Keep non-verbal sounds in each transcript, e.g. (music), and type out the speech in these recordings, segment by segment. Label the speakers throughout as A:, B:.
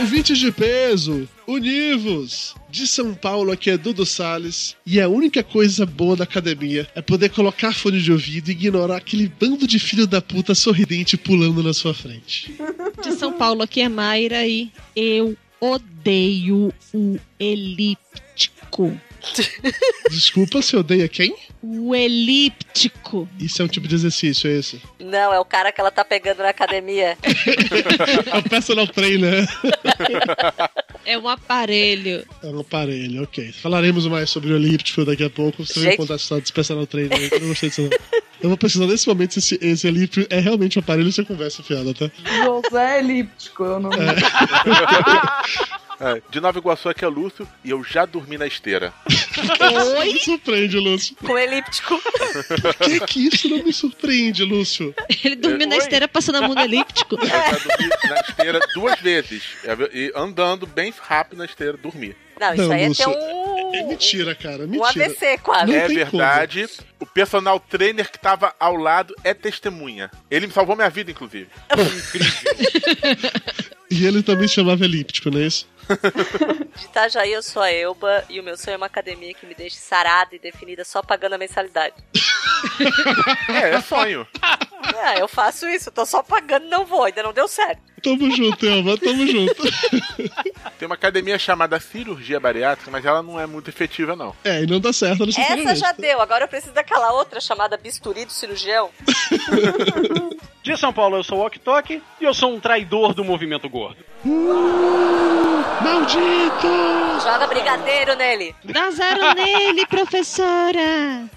A: Ouvintes de peso, univos! De São Paulo, aqui é Dudu Salles. E a única coisa boa da academia é poder colocar fone de ouvido e ignorar aquele bando de filho da puta sorridente pulando na sua frente.
B: De São Paulo, aqui é Mayra e eu odeio o elíptico.
A: Desculpa se odeia quem?
B: O elíptico.
A: Isso é um tipo de exercício, é esse?
C: Não, é o cara que ela tá pegando na academia.
A: É o personal trainer.
B: É um aparelho.
A: É um aparelho, ok. Falaremos mais sobre o elíptico daqui a pouco. Você vai
C: Gente.
A: contar a história desse personal trainer. aí, que Eu não gostei disso, não. Eu vou precisar nesse momento se esse, esse elíptico é realmente um aparelho você conversa fiada, tá?
D: José Elíptico, eu não.
E: É, de Nova Iguaçu aqui é Lúcio e eu já dormi na esteira.
A: Isso me surpreende, Lúcio.
C: Com elíptico.
A: Por que, que isso não me surpreende, Lúcio?
B: Ele dormiu na esteira passando a mão no elíptico.
E: Eu já dormi na esteira duas vezes. É, E andando bem rápido na esteira, dormi.
C: Não, isso
A: Não,
C: aí é
A: Lúcio,
C: ter um.
A: É mentira, cara.
C: Um
A: Mentira.
C: AVC quase.
A: Não
E: é
A: tem
E: verdade. O personal trainer que tava ao lado é testemunha. Ele me salvou minha vida,
B: (laughs)
E: inclusive.
A: E ele também se chamava elíptico, não é isso?
C: De Itajaí Tá, eu sou a Elba e o meu sonho é uma academia que me deixe sarada e definida só pagando a mensalidade.
E: É, é sonho.
C: Ah, eu faço isso, eu tô só pagando e não vou, ainda não deu certo.
A: Tamo junto, Elba, tamo
C: (laughs)
A: junto.
E: Tem uma academia chamada cirurgia bariátrica, mas ela não é muito efetiva, não.
A: É, e não dá certo, não é
C: Essa já deu, agora eu preciso daquela outra chamada bisturi do cirurgião.
F: De São Paulo, eu sou o Ok Tok e eu sou um traidor do movimento gordo.
A: Maldito!
C: Joga brigadeiro nele.
B: Dá zero nele, professora.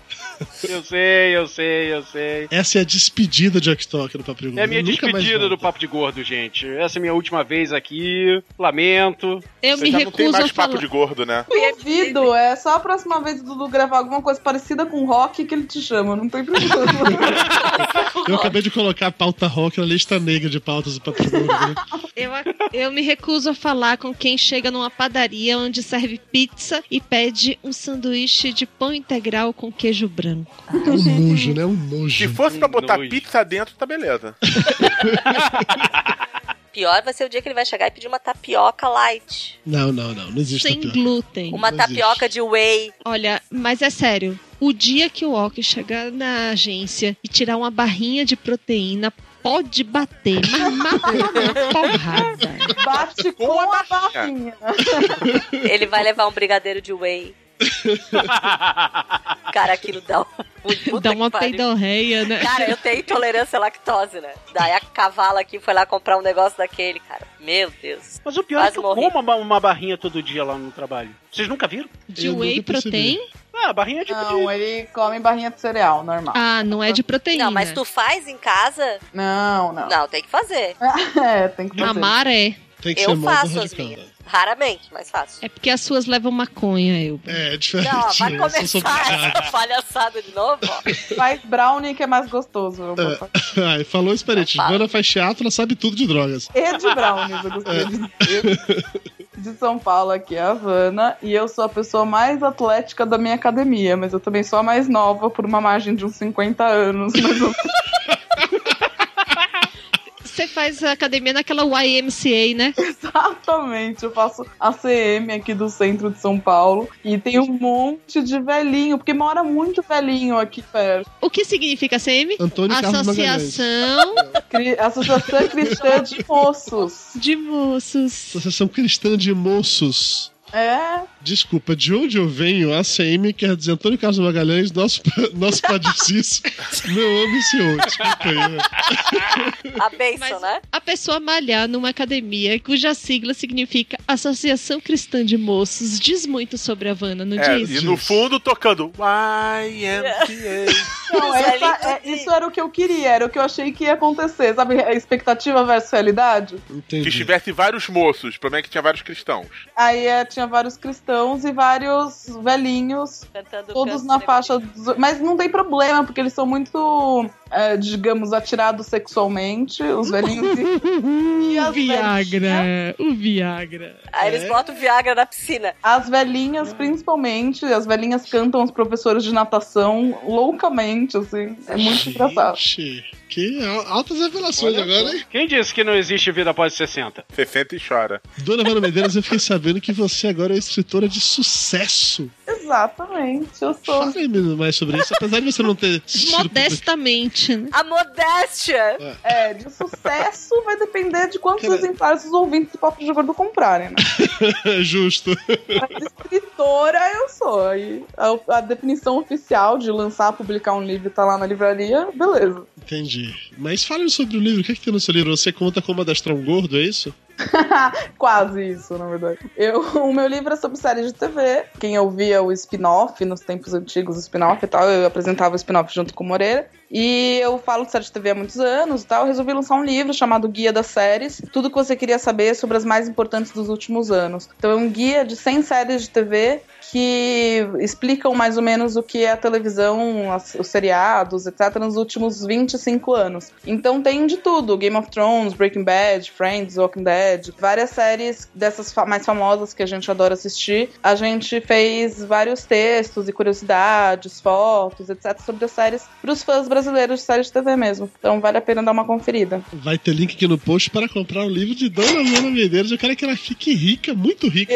F: Eu sei, eu sei, eu sei.
A: Essa é a despedida de Octoque do Papo de Gordo.
F: É a minha
A: Nunca mais
F: despedida do
A: volta.
F: Papo de Gordo, gente. Essa é a minha última vez aqui.
A: (laughs)
F: Lamento.
B: Eu
E: Você
B: me
E: já não tem
B: recuso a
E: mais
B: falar.
E: papo de gordo, né?
D: Duvido, é só a próxima vez o Dudu gravar alguma coisa parecida com rock que ele te chama, não tem (laughs) problema.
A: Eu acabei de colocar a pauta rock na lista negra de pautas do Papo de Gordo, né?
B: Eu, eu me recuso a falar com quem chega numa padaria onde serve pizza e pede um sanduíche de pão integral com queijo branco.
A: É um nojo, né? É Um
E: Se
A: nojo.
E: fosse pra botar
F: Nojo.
E: pizza dentro, tá beleza.
C: Pior vai ser o dia que ele vai chegar e pedir uma tapioca light.
A: Não, não, não. Não existe
B: Sem
A: tapioca.
B: glúten.
C: Uma
A: Não existe.
C: tapioca de whey.
B: Olha, mas é sério. O dia que o Ok chegar na agência e tirar uma barrinha de proteína, pode bater, mas mata
C: (laughs)
B: na porrada.
D: Bate com a barrinha.
C: Ele vai levar um brigadeiro de whey. Cara, aquilo dá um. Puta
B: Dá
C: que
B: uma
C: pariu.
B: peidorreia, né?
C: Cara, eu tenho intolerância à lactose, né? Daí a cavala aqui foi lá comprar um negócio daquele, cara. Meu Deus.
F: Mas o pior
C: Quase
F: é que eu
C: morri.
F: como uma, uma barrinha todo dia lá no trabalho. Vocês nunca viram?
B: De
A: eu nunca
B: whey
A: percebi.
B: protein?
F: Ah, barrinha de.
D: Não,
C: é-
D: ele come barrinha de cereal, normal.
B: Ah, não é de proteína.
C: Não, mas tu faz em casa?
D: Não, não.
C: Não, tem que fazer.
D: (laughs) É, tem que fazer.
B: Mamar é.
A: Tem que ser
C: Eu
A: moda
C: faço assim. as
A: radical.
C: minhas. Raramente, mas faço.
B: É porque as suas levam maconha, eu.
A: É, é diferente. (laughs)
C: Não, vai
A: né? Eu sou
C: começar
A: sobrado.
C: essa palhaçada de novo, ó.
D: Faz brownie que é mais gostoso. eu vou falar.
A: Ai, falou experiente.
C: Fala.
A: Joana faz teatro, ela sabe tudo de drogas.
D: E de brownies, eu gostei de dizer. De São Paulo aqui é a Havana e eu sou a pessoa mais atlética da minha academia, mas eu também sou a mais nova por uma margem de uns 50 anos. (laughs) Mas eu
B: Você faz academia naquela YMCA, né?
D: Exatamente, eu faço a CM aqui do centro de São Paulo e tem um monte de velhinho, porque mora muito velhinho aqui perto.
B: O que significa CM?
A: Antônio Carlos Magalhães.
B: Associação
D: Cri- Associação Cristã de Moços.
B: de Moços.
A: Associação Cristã de Moços.
D: É,
A: Desculpa, de onde eu venho, ACM quer dizer Antônio Carlos Magalhães, nosso, nosso padeciso, meu amo e senhor. Desculpa aí, né?
C: A bênção,
B: Mas-
C: né?
B: A pessoa malhar numa academia cuja sigla significa Associação Cristã de Moços diz muito sobre a Havana, não
E: É,
B: diz?
E: e no fundo tocando YMCA.
D: não,
C: Os
D: essa, é, isso era o que eu queria, era o que eu achei que ia acontecer, sabe? A expectativa versus realidade.
E: Que
A: Entendi.
E: estivesse vários moços, o problema é que tinha vários cristãos.
D: Aí é, tinha vários cristãos e vários velhinhos
C: Cantando
D: Todos
C: Câncer
D: na
C: é
D: faixa.
C: Bonito.
D: dos- Mas não tem problema, porque eles são muito, é, digamos, atirados sexualmente, os velhinhos. e- E
B: O
D: as
B: Viagra, o Viagra.
C: Aí eles
A: É.
C: botam Viagra na piscina.
D: As velhinhas, principalmente, as velhinhas cantam os professores de natação loucamente, assim. É muito engraçado.
A: Gente, que al- altas revelações
F: Olha
A: agora, hein?
F: Quem disse que não existe vida após 60?
E: 60 e chora.
A: Dona Vana Medeiros, eu fiquei sabendo que você agora é escritora de sucesso.
D: Exatamente, eu sou.
A: Fala aí mesmo mais sobre isso, apesar de você não ter. sido
B: Modestamente, né?
C: A modéstia!
D: É, de sucesso vai depender de quantos
A: Cara-
D: exemplares os ouvintes do Papo de Gordo comprarem, né?
A: publicado, (laughs) Justo.
D: Mas escritora eu sou. E a, a definição oficial de lançar, publicar um livro e tá lá na livraria, beleza.
A: Entendi. Mas fale sobre o livro. O que, é que tem no seu livro? Você conta como adestrar um gordo, é isso?
D: (laughs) Quase isso, na verdade. Eu, o meu livro é sobre séries de TV. Quem ouvia o spin-off nos tempos antigos, o spin-off e tal, eu apresentava o spin-off junto com o Moreira. E eu falo de série de TV há muitos anos e tal. Eu resolvi lançar um livro chamado Guia das Séries. Tudo que você queria saber sobre as mais importantes dos últimos anos. Então é um guia de 100 séries de TV que explicam mais ou menos o que é a televisão, as- os seriados, etc., nos últimos 25 anos. Então tem de tudo: Game of Thrones, Breaking Bad, Friends, Walking Dead, várias séries dessas fa- mais famosas que a gente adora assistir. A gente fez vários textos e curiosidades, fotos, etc., sobre as séries para os fãs brasileiros de séries de TV mesmo. Então vale a pena dar uma conferida.
A: Vai ter link aqui no post para comprar o livro de Dona Vana Medeiros. Eu quero que ela fique rica, muito rica,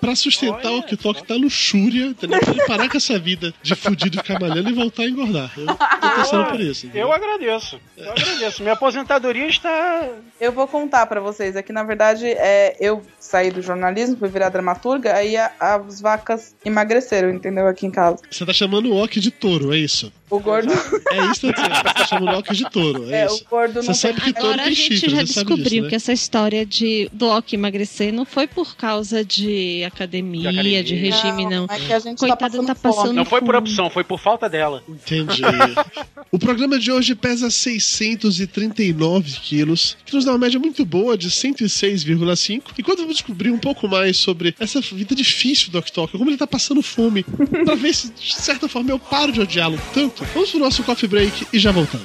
A: para sustentar
F: Olha
A: o que toque tá luxúria, entendeu? Pra ele parar com essa vida de fudido ficar malhando e voltar a engordar. Eu tô pensando por isso. né? entendeu?
F: Ah, Eu agradeço. Eu agradeço. Minha aposentadoria está.
D: Eu vou contar pra vocês. É que, na verdade, é, eu saí do jornalismo, fui virar dramaturga, aí a- as vacas emagreceram, entendeu? Aqui em casa.
A: Você tá chamando o Ock de touro, é isso?
D: O gordo.
A: É isso que tá dizendo. Você tá chamando o Ock de touro, é,
D: É,
A: isso.
D: o gordo
A: Você
D: não
A: sabe
D: tem
A: que
D: mais-
A: todo
B: Agora a
A: tem
B: gente
A: chifre,
B: já
A: você sabe
B: descobriu
A: disso, né?
B: que essa história de do Ock emagrecer não foi por causa de academia, de,
F: De academia.
B: regime, não.
D: É que a gente
B: Coitada,
D: tá passando,
B: tá passando
D: fome.
F: Não foi por opção, foi por falta dela.
A: Entendi. o programa de hoje pesa 639 quilos, que nos dá uma média muito boa de 106,5. E quando eu descobri um pouco mais sobre essa vida difícil do Octoca, como ele tá passando fome, pra ver se de certa forma eu paro de odiá-lo tanto, vamos pro nosso coffee break e já voltamos.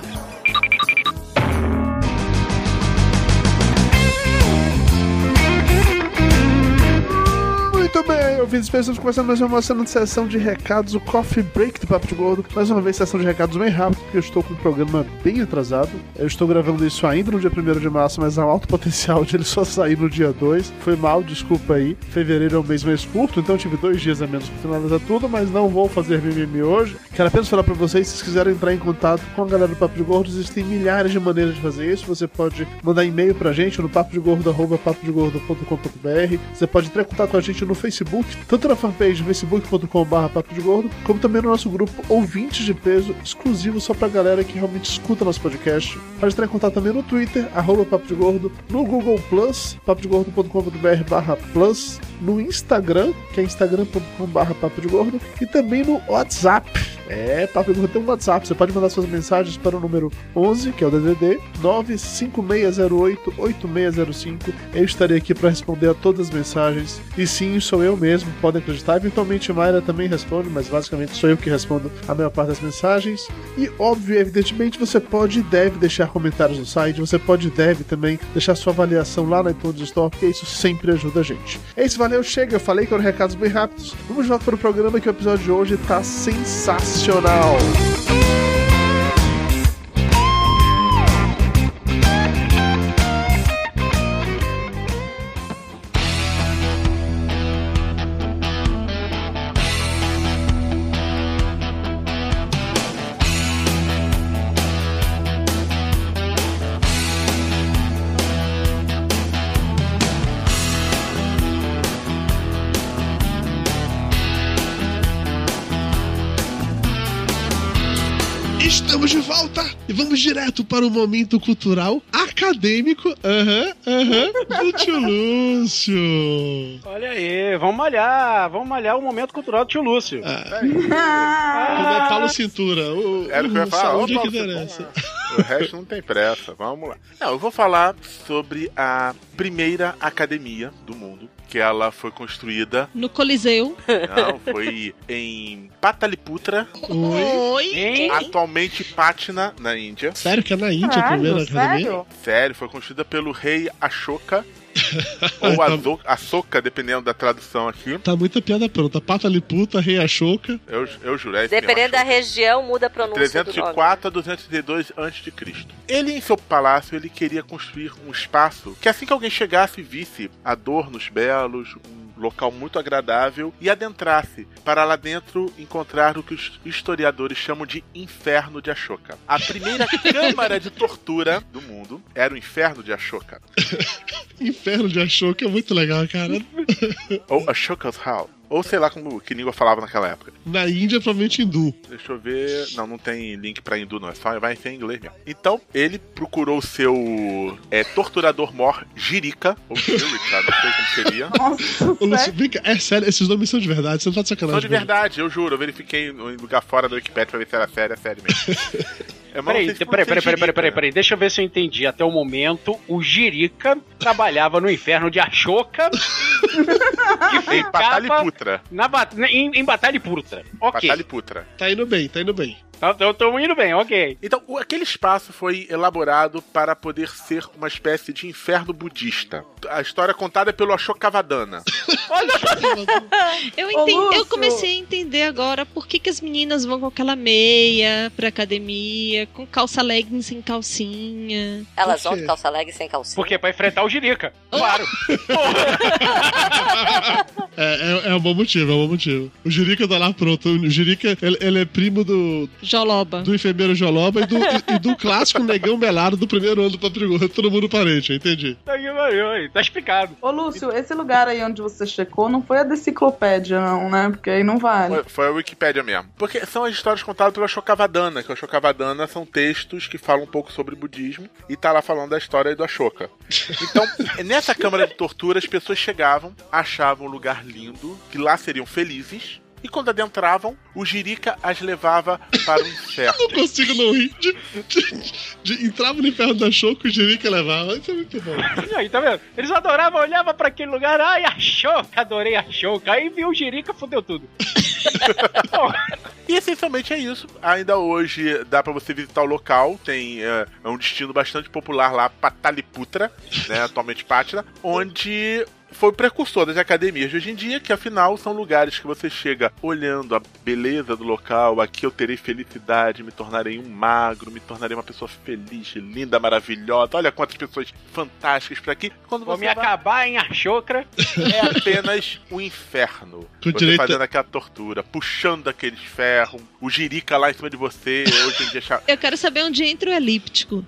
G: Muito bem, ouvintes, estamos começando mais uma nossa sessão de recados, o Coffee Break do Papo de Gordo. Mais uma vez, sessão de recados bem rápido, porque eu estou com um programa bem atrasado. Eu estou gravando isso ainda no dia 1 de março, mas há um alto potencial de ele só sair no dia 2. Foi mal, desculpa aí. Fevereiro é um mês mais curto, então eu tive dois dias a menos para finalizar tudo, mas não vou fazer mimimi hoje. Quero apenas falar para vocês, se vocês quiserem entrar em contato com a galera do Papo de Gordo, existem milhares de maneiras de fazer isso. Você pode mandar e-mail pra gente no papodegordo, arroba papodegordo.com.br. Você pode entrar em contato com a gente no Facebook, tanto na fanpage facebook.com.br papodegordo, como também no nosso grupo Ouvintes de Peso, exclusivo só pra galera que realmente escuta nosso podcast. Pode entrar em contato também no Twitter, arroba papodegordo, no Google Plus, papodegordo.com.br barra plus. no Instagram, que é instagram.com.br papo de gordo, e também no WhatsApp. É, Papo de Gordo tem um WhatsApp. Você pode mandar suas mensagens para o número 11, que é o DDD, 95608-8605. Eu estarei aqui para responder a todas as mensagens. E sim, sou eu mesmo, podem acreditar. Eventualmente Mayra também responde, mas basicamente sou eu que respondo a maior parte das mensagens. E óbvio, evidentemente, você pode e deve deixar comentários no site, você pode e deve também deixar sua avaliação lá na iTunes Store, porque isso sempre ajuda a gente. É isso, valeu, chega. Eu falei que eram recados bem rápidos. Vamos de volta para o programa que o episódio de hoje tá sensacional.
A: Estamos de volta e vamos direto para o momento cultural acadêmico. Aham, aham, do tio Lúcio.
F: Olha aí, vamos malhar, vamos malhar o momento cultural do tio Lúcio.
E: É. (laughs)
F: Ah.
A: Quando é Paulo Cintura, o,
E: Era o que eu ia falar. tá
A: saúde
E: Ô,
A: é que
E: Paulo Cintura.
A: interessa.
E: O resto não tem pressa, vamos lá. Não, eu vou falar sobre a primeira academia do mundo, que ela foi construída.
B: No Coliseu.
E: Não, foi em Pataliputra.
B: Oi?
E: Em Atualmente Patna, na Índia.
A: Sério que é na Índia a primeira academia?
E: Sério, foi construída pelo rei (laughs) Ashoka. ou Azo- Ahsoka, dependendo da tradução aqui.
A: Tá muita piada pronta. Pata liputa, rei Ashoka.
E: Eu, eu jurei.
C: Dependendo da região, muda a pronúncia do nome.
E: 304 a 232 a.C. Ele, em seu palácio, ele queria construir um espaço que assim que alguém chegasse, visse adornos belos, um local muito agradável e adentrasse para lá dentro encontrar o que os historiadores chamam de inferno de Ashoka. A primeira câmara de tortura do mundo era o inferno de Ashoka.
A: Inferno de Ashoka é muito legal, cara.
E: Ou Ashoka's Hall. Ou sei lá como que língua falava naquela época.
A: Na Índia, provavelmente hindu.
E: Deixa eu ver. Não, não tem link pra hindu, não. É só vai ser em inglês mesmo. Então, ele procurou o seu é, torturador mor, Jirica, ou Jirica, não sei como
F: (laughs)
E: seria.
A: (laughs) Ô, Lúcio, vem cá. É sério, esses nomes são de verdade, você não tá de sacanagem.
E: Não, de verdade, eu juro. Eu verifiquei em lugar fora da Wikipedia pra ver se era sério, é sério mesmo.
F: (laughs)
E: Eu não
F: Peraí,
E: sei se
F: peraí,
E: pronuncia
F: peraí, peraí, peraí,
E: Jirica.
F: peraí, peraí, deixa eu ver se eu entendi. Até o momento, o Jirica trabalhava no inferno de Ashoka e
E: Em Pataliputra.
F: na bat em, em Batalha Putra. Ok.
E: Pataliputra.
A: Tá indo bem, tá indo bem.
F: Tá, eu tô indo bem, ok.
E: Então, o- aquele espaço foi elaborado para poder ser uma espécie de inferno budista. A história é contada pelo Ashokavadana.
B: Eu,
D: Ô,
B: entendi- eu
D: Lúcio.
B: comecei a entender agora por que, que as meninas vão com aquela meia pra academia, com calça legging sem calcinha.
C: Elas vão de calça leg sem calcinha.
F: Porque é pra enfrentar o Jirica, claro.
A: É, é, é um bom motivo, é um bom motivo. O Jirica tá lá pronto. O Jirica, ele, ele é primo do.
B: Joloba.
A: Do enfermeiro Joloba e do, e, e do clássico negão melado do primeiro ano do Patrigordo. Todo mundo parente, eu entendi.
F: Tá aqui, vai, vai, Tá explicado.
D: Ô, Lúcio, esse lugar aí onde você checou não foi a deciclopédia, não, né? Porque aí não vale.
E: Foi, foi a Wikipédia mesmo. Porque são as histórias contadas pelo Ashokavadana, que o Ashokavadana são textos que falam um pouco sobre budismo e tá lá falando da história do Ashoka. Então, nessa câmara de tortura, as pessoas chegavam, achavam um lugar lindo, que lá seriam felizes, e quando adentravam, o Jirika as levava para o inferno.
A: Não consigo não rir. De, de- de- entrava no inferno da show que o Jirica levava. Isso é muito bom.
F: E aí, tá vendo? Eles adoravam, olhava pra aquele lugar, ai, Ashoka, adorei Ashoka. Aí viu o Jirica, fudeu tudo.
E: E essencialmente é isso. Ainda hoje dá pra você visitar o local. Tem é, é um destino bastante popular lá, Pataliputra, né, (laughs) atualmente Patna, onde foi o precursor das academias de hoje em dia, que afinal são lugares que você chega olhando a beleza do local, aqui eu terei felicidade, me tornarei um magro, me tornarei uma pessoa feliz, linda, maravilhosa. Olha quantas pessoas fantásticas por aqui. Quando
F: Vou
E: você
F: me
E: vai-
F: acabar em Ashoka.
E: é apenas o inferno.
A: (laughs) Com
E: você
A: direito-
E: fazendo aquela tortura, puxando aqueles ferros, o jirica lá em cima de você, hoje em
A: (laughs)
E: dia cha-
B: Eu quero saber onde entra o elíptico.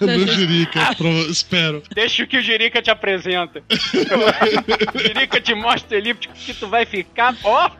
B: Uhum.
A: No Jirica, prova- espero.
F: Deixa que o Jirica te apresenta. (laughs) o Jirica te mostra o elíptico que tu vai ficar, ó.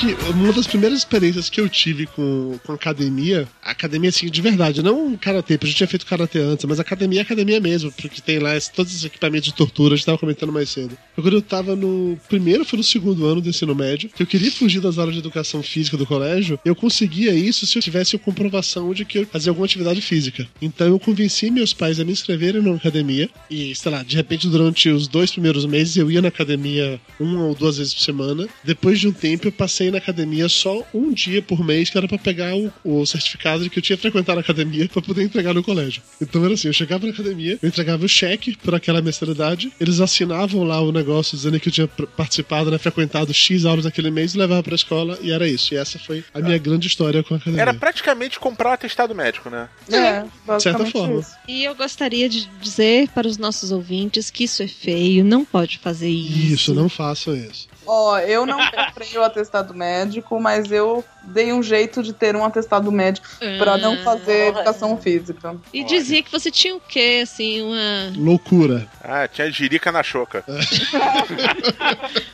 A: que uma das primeiras experiências que eu tive com, com academia, academia assim, de verdade, não karatê, porque eu já tinha feito karatê antes, mas academia é academia mesmo, porque tem lá esse- todos esses equipamentos de tortura, a gente tava comentando mais cedo. Eu, quando eu tava no primeiro, foi no segundo ano do ensino médio, que eu queria fugir das aulas de educação física do colégio, eu conseguia isso se eu tivesse a comprovação de que eu fazia alguma atividade física. Então eu convenci meus pais a me inscreverem na academia e, sei lá, de repente durante os dois primeiros meses eu ia na academia uma ou duas vezes por semana. Depois de um tempo eu passei na academia só um dia por mês, que era pra pegar o, o certificado de que eu tinha frequentado a academia pra poder entregar no colégio. Então era assim, eu chegava na academia, eu entregava o cheque por aquela mensalidade, eles assinavam lá o negócio dizendo que eu tinha pr- participado, né, frequentado X aulas naquele mês e levava pra escola e era isso. E essa foi a minha grande história com a academia.
E: Era praticamente comprar um atestado médico, né?
A: É, De certa forma.
B: E eu gostaria de dizer para os nossos ouvintes que isso é feio, não pode fazer isso.
A: Isso, não façam isso.
D: Ó, eu não comprei o atestado médico, mas eu dei um jeito de ter um atestado médico pra não fazer educação física.
B: Ah, E dizia que você tinha o quê, assim, uma...
A: Loucura.
E: Ah, tinha jirica na choca.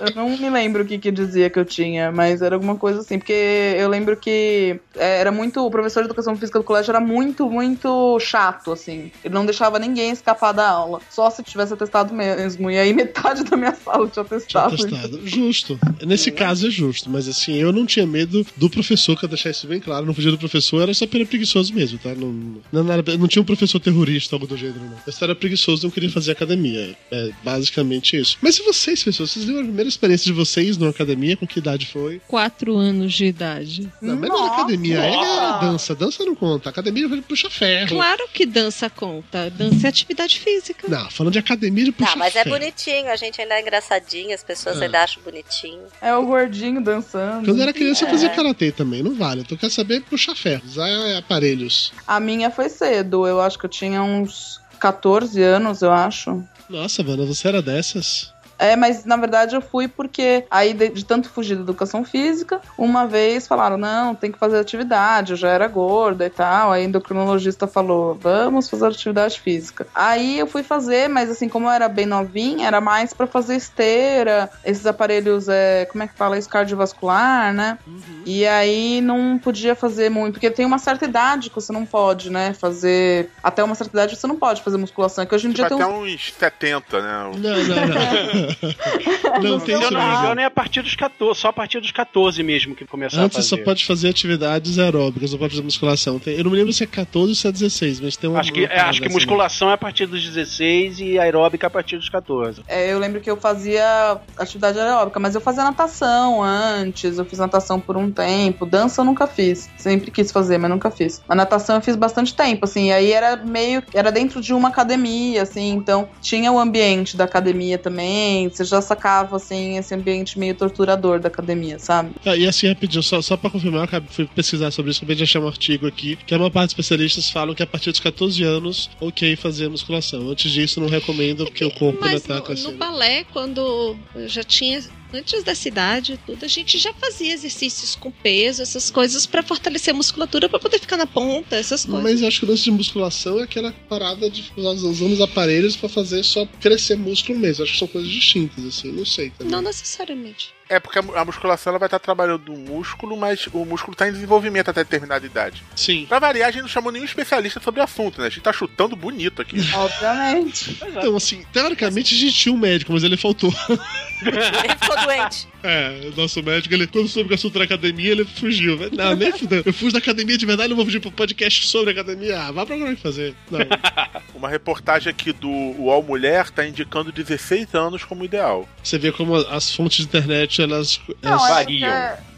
D: Eu não me lembro o que, que dizia que eu tinha, mas era alguma coisa assim, porque eu lembro que é, era muito. O professor de educação física do colégio era muito, muito chato, assim. Ele não deixava ninguém escapar da aula. Só se tivesse atestado mesmo. E aí metade da minha sala tinha atestado.
A: Testado. Justo. Nesse caso é justo, mas assim, eu não tinha medo do professor, que eu deixar isso bem claro, não fugia do professor, era só pera preguiçoso mesmo, tá? Não, não, não era- não tinha um professor terrorista, algo do gênero, não. Eu só era preguiçoso, não queria fazer academia. É basicamente isso. Mas e vocês, pessoas? Vocês lembram a primeira experiência de vocês na academia? Com que idade foi?
B: Quatro anos de idade.
A: Não, mas não era academia, era dança. Dança não conta. Academia foi de puxa ferro.
B: Claro que dança conta. Dança é atividade física.
A: Não, falando de academia de puxa
C: Tá, mas é
A: ferro.
C: bonitinho, a gente ainda é engraçadinho, as pessoas
A: É.
C: ainda acham bonitinho.
D: É o gordinho dançando.
A: Quando eu era criança, eu fazia
D: É.
A: karatê também, não vale. Tu quer saber puxar ferro, usar aparelhos.
D: É. A minha foi cedo, eu acho que eu tinha uns 14 anos, eu acho.
A: Nossa, Wanda, você era dessas?
D: É, mas na verdade eu fui porque aí de, de tanto fugir da educação física, uma vez falaram, não, tem que fazer atividade, eu já era gorda e tal, aí o endocrinologista falou, vamos fazer atividade física. Aí eu fui fazer, mas assim, como eu era bem novinha, era mais pra fazer esteira, esses aparelhos, é, como é que fala isso, cardiovascular, né?
E: Uhum.
D: E aí não podia fazer muito, porque tem uma certa idade que você não pode, né, fazer, até uma certa idade você não pode fazer musculação, é que hoje em
E: Tipo,
D: dia tem
E: até
D: um...
E: uns 70, né?
A: Não, não,
B: (laughs)
A: não. não tem
F: eu
A: isso
F: não me
A: não.
B: né?
F: engano, é a partir dos 14, só a partir dos 14 mesmo que começou
A: Antes
F: a
A: só
F: fazer.
A: pode fazer atividades aeróbicas, só pode fazer musculação. Tem- Eu não me lembro se é 14 ou se é 16, mas tem uma. né?
F: Acho que, é, acho que musculação é a partir dos 16 e aeróbica a partir dos 14.
D: É, eu lembro que eu fazia atividade aeróbica, mas eu fazia natação antes, eu fiz natação por um tempo, dança eu nunca fiz, sempre quis fazer, mas nunca fiz. A natação eu fiz bastante tempo, assim, e aí era meio, era dentro de uma academia, assim, então tinha o ambiente da academia também, você já sacava, assim, esse ambiente meio torturador da academia, sabe?
A: Ah, e assim, rapidinho, só, só pra confirmar, eu acabei- fui pesquisar sobre isso, acabei de achar um artigo aqui, que a maior parte dos especialistas falam que a partir dos 14 anos, ok fazer musculação. Antes disso, não recomendo, porque o corpo ainda
B: Mas
A: tá com
B: no,
A: essa.
B: no balé, quando eu já tinha. Antes da idade, e tudo, a gente já fazia exercícios com peso, essas coisas, pra fortalecer a musculatura, pra poder ficar na ponta, essas coisas.
A: Mas eu acho que o lance de musculação é aquela parada de nós usamos aparelhos pra fazer só crescer músculo mesmo. Acho que são coisas distintas, assim, não sei também.
B: Não necessariamente.
E: É porque a mu- a musculação ela vai estar trabalhando o músculo, mas o músculo está em desenvolvimento até determinada idade.
A: Sim.
E: Pra variar, a gente não chamou nenhum especialista sobre o assunto, né? A gente tá chutando
A: (laughs)
E: bonito aqui.
D: Obviamente.
A: Então, assim, teoricamente a gente tinha um médico, mas ele faltou. (laughs)
C: Ele ficou doente.
A: É, o nosso médico, ele, quando soube que o assunto era academia, ele fugiu. Mas, Não, nem fudeu. Eu fujo da academia de verdade, não vou fugir pro podcast sobre academia. Ah, vá procurar o que fazer. Não.
E: Uma reportagem aqui do UOL Mulher tá indicando 16 anos como ideal.
A: Você vê como as fontes de internet, elas,
D: Não,
A: elas
D: é porque-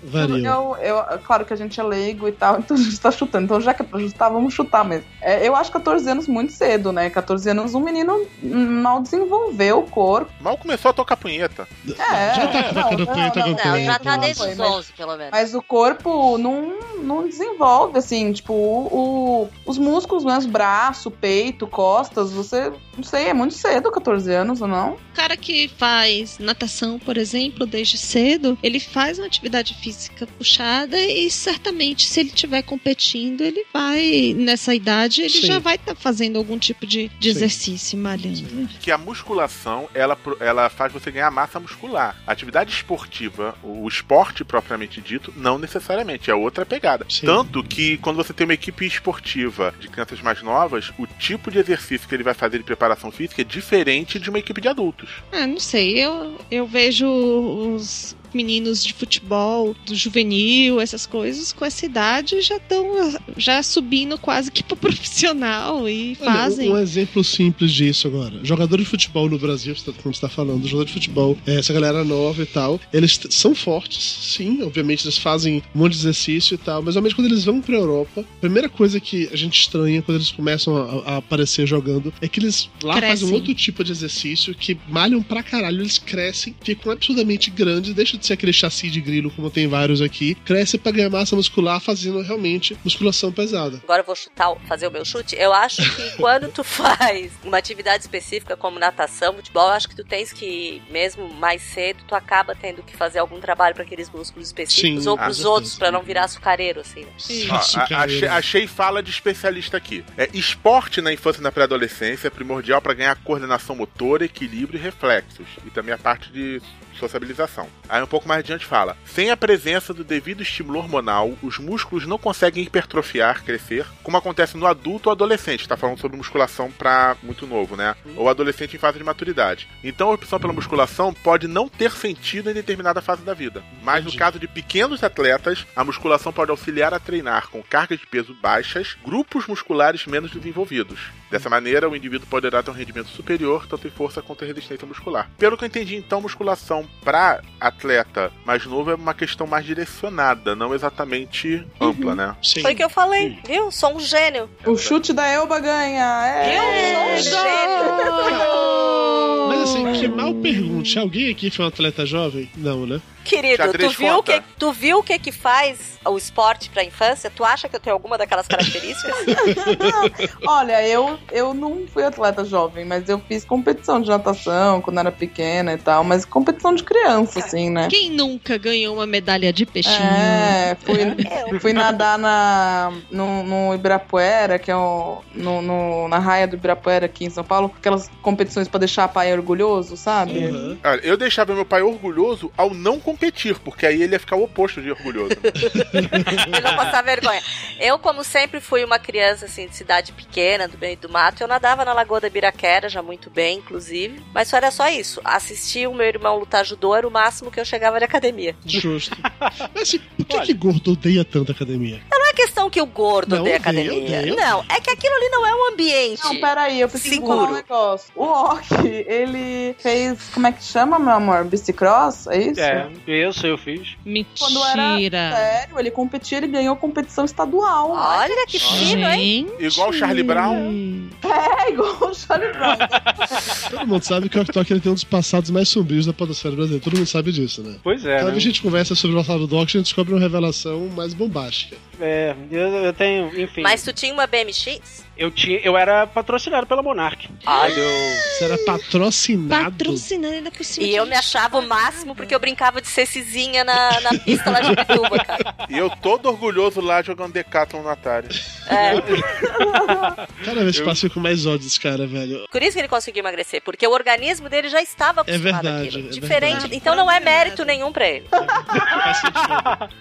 A: variam.
D: Eu, eu- claro que a gente é leigo e tal, (laughs) então a gente tá chutando. Então, já que é pra chutar, vamos chutar mesmo. É, eu acho 14 anos muito cedo, né? 14 anos, um menino mal desenvolveu o corpo.
E: Mal começou a tocar punheta.
D: É,
C: Já tá com a
D: não,
C: cara
D: não,
C: punheta
D: não,
C: com
D: não,
C: punheta,
D: já tá
C: né?
D: desde os
C: Mas-
D: 11,
C: pelo menos.
D: Mas o corpo não, não desenvolve, assim, tipo, o, o- os músculos, né? Os braço, peito, costas, você. Não sei, é muito cedo, 14 anos ou não?
B: O cara que faz natação, por exemplo, desde cedo, ele faz uma atividade física puxada e certamente se ele estiver competindo, ele vai, nessa idade, ele
E: Sim.
B: já vai estar fazendo algum tipo de, de
E: Sim.
B: exercício, malhando. né?
E: que a musculação ela, pro- ela faz você ganhar massa muscular. A atividade esportiva, o esporte propriamente dito, não necessariamente, é outra pegada. Tanto que quando você tem uma equipe esportiva de crianças mais novas, o tipo de exercício que ele vai fazer de preparação física é diferente de uma equipe de adultos.
B: Ah, não sei, eu, eu vejo os meninos de futebol, do juvenil, essas coisas, com essa idade já estão já subindo quase que pro (laughs) profissional e
A: Olha, um-
B: fazem.
A: Um exemplo simples disso agora. Jogador de futebol no Brasil, você tá- como você tá falando, jogador de futebol, eh, essa galera nova e tal, eles t- são fortes, sim, obviamente eles fazem um monte de exercício e tal, mas realmente quando eles vão pra Europa, a primeira coisa que a gente estranha quando eles começam a, a aparecer jogando é que eles lá fazem
G: Crescem.
A: um outro tipo de exercício que malham pra caralho, eles crescem, ficam absurdamente grandes, deixa de ser aquele chassi de grilo como tem vários aqui, cresce pra ganhar massa muscular fazendo realmente musculação pesada.
C: Agora eu vou chutar, o- fazer o meu chute. Eu acho que quando tu faz uma atividade específica como natação, futebol, eu acho que tu tens que, mesmo mais cedo, tu acaba tendo que fazer algum trabalho para aqueles músculos específicos
E: Sim,
C: ou pros
E: ah,
C: outros, para não virar açucareiro, assim. né?
E: Ó, Ah, a- achei, achei fala de especialista aqui. É, esporte na infância e na pré-adolescência é primordial para ganhar coordenação motora, equilíbrio e reflexos. E também a parte de sociabilização. Aí um pouco mais adiante fala: sem a presença do devido estímulo hormonal, os músculos não conseguem hipertrofiar, crescer, como acontece no adulto ou adolescente. Tá falando sobre musculação para muito novo, né? Ou adolescente em fase de maturidade. Então a opção pela musculação pode não ter sentido em determinada fase da vida. Mas no caso de pequenos atletas, a musculação pode auxiliar a treinar com cargas de peso baixas grupos musculares menos desenvolvidos. Dessa maneira, o indivíduo poderá ter um rendimento superior, tanto em força quanto em resistência muscular. Pelo que eu entendi, então, musculação para atleta mais novo é uma questão mais direcionada, não exatamente ampla, né?
C: Foi o que eu falei, viu? Sou um gênio.
D: O chute da Elba ganha. É.
C: Eu sou um gênio.
A: Mas assim, que mal pergunte. Alguém aqui foi um atleta jovem? Não, né?
C: Querido, tu
A: Xadrez
C: viu, o que,
A: conta.
C: tu viu o que que faz o esporte pra infância? Tu acha que eu tenho alguma daquelas (laughs) características?
D: (laughs) Olha, eu, eu não fui atleta jovem, mas eu fiz competição de natação quando era pequena e tal, mas competição de criança, assim, né?
B: Quem nunca ganhou uma medalha de peixinho?
D: É, fui, fui nadar na, no, no Ibirapuera, que é o, no, no- na raia do Ibirapuera aqui em São Paulo, aquelas competições pra deixar a pai orgulhoso, sabe?
E: Olha, eu deixava meu pai orgulhoso ao não competir, porque aí ele ia ficar o oposto de orgulhoso.
C: Ele não passar vergonha. Eu, como sempre, fui uma criança assim de cidade pequena, do meio do mato. Eu nadava na Lagoa da Biraquera, já muito bem, inclusive. Mas só era só isso. Assistir o meu irmão lutar judô era o máximo que eu chegava de academia.
A: Justo. Mas assim, por que, que gordo odeia tanto a academia?
C: Não é questão que o gordo
A: Não,
C: odeia
A: eu dei, eu
C: academia.
A: dei, eu
C: não, é que aquilo ali não é um ambiente.
D: Não, peraí, eu preciso falar um
C: seguro.
D: negócio. O Orc, ele fez, como é que chama, meu amor? Bicicross? É isso?
F: É, isso eu fiz.
D: Quando era sério, ele competia, ele ganhou competição estadual.
C: Olha que fino, hein?
E: Igual o Charlie Brown.
D: É, igual o Charlie Brown.
A: Todo mundo sabe que o Octok ele tem um dos passados mais sombrios da podosfera brasileira. Todo mundo sabe disso, né?
F: Pois é,
A: Cada
F: né?
A: vez que a gente conversa sobre o passado do Octok, a gente descobre uma revelação mais bombástica.
F: É, eu, eu tenho, enfim.
C: Mas tu tinha uma BMX?
F: Eu, tinha, eu era patrocinado pela Monark.
C: Ai.
A: Você era patrocinado.
B: Patrocinando ainda por cima. um
C: E eu me achava o máximo porque eu brincava de ser cizinha na, na pista lá de Pituba, cara.
E: E eu todo orgulhoso lá jogando Decathlon no Atari.
A: Cada vez que passa, eu fico mais ódio desse cara, velho.
C: Por isso que ele conseguiu emagrecer, porque o organismo dele já estava
A: É
C: acostumado
A: verdade.
C: àquilo.
A: é
C: Diferente,
A: verdade.
C: então não é mérito nenhum pra ele.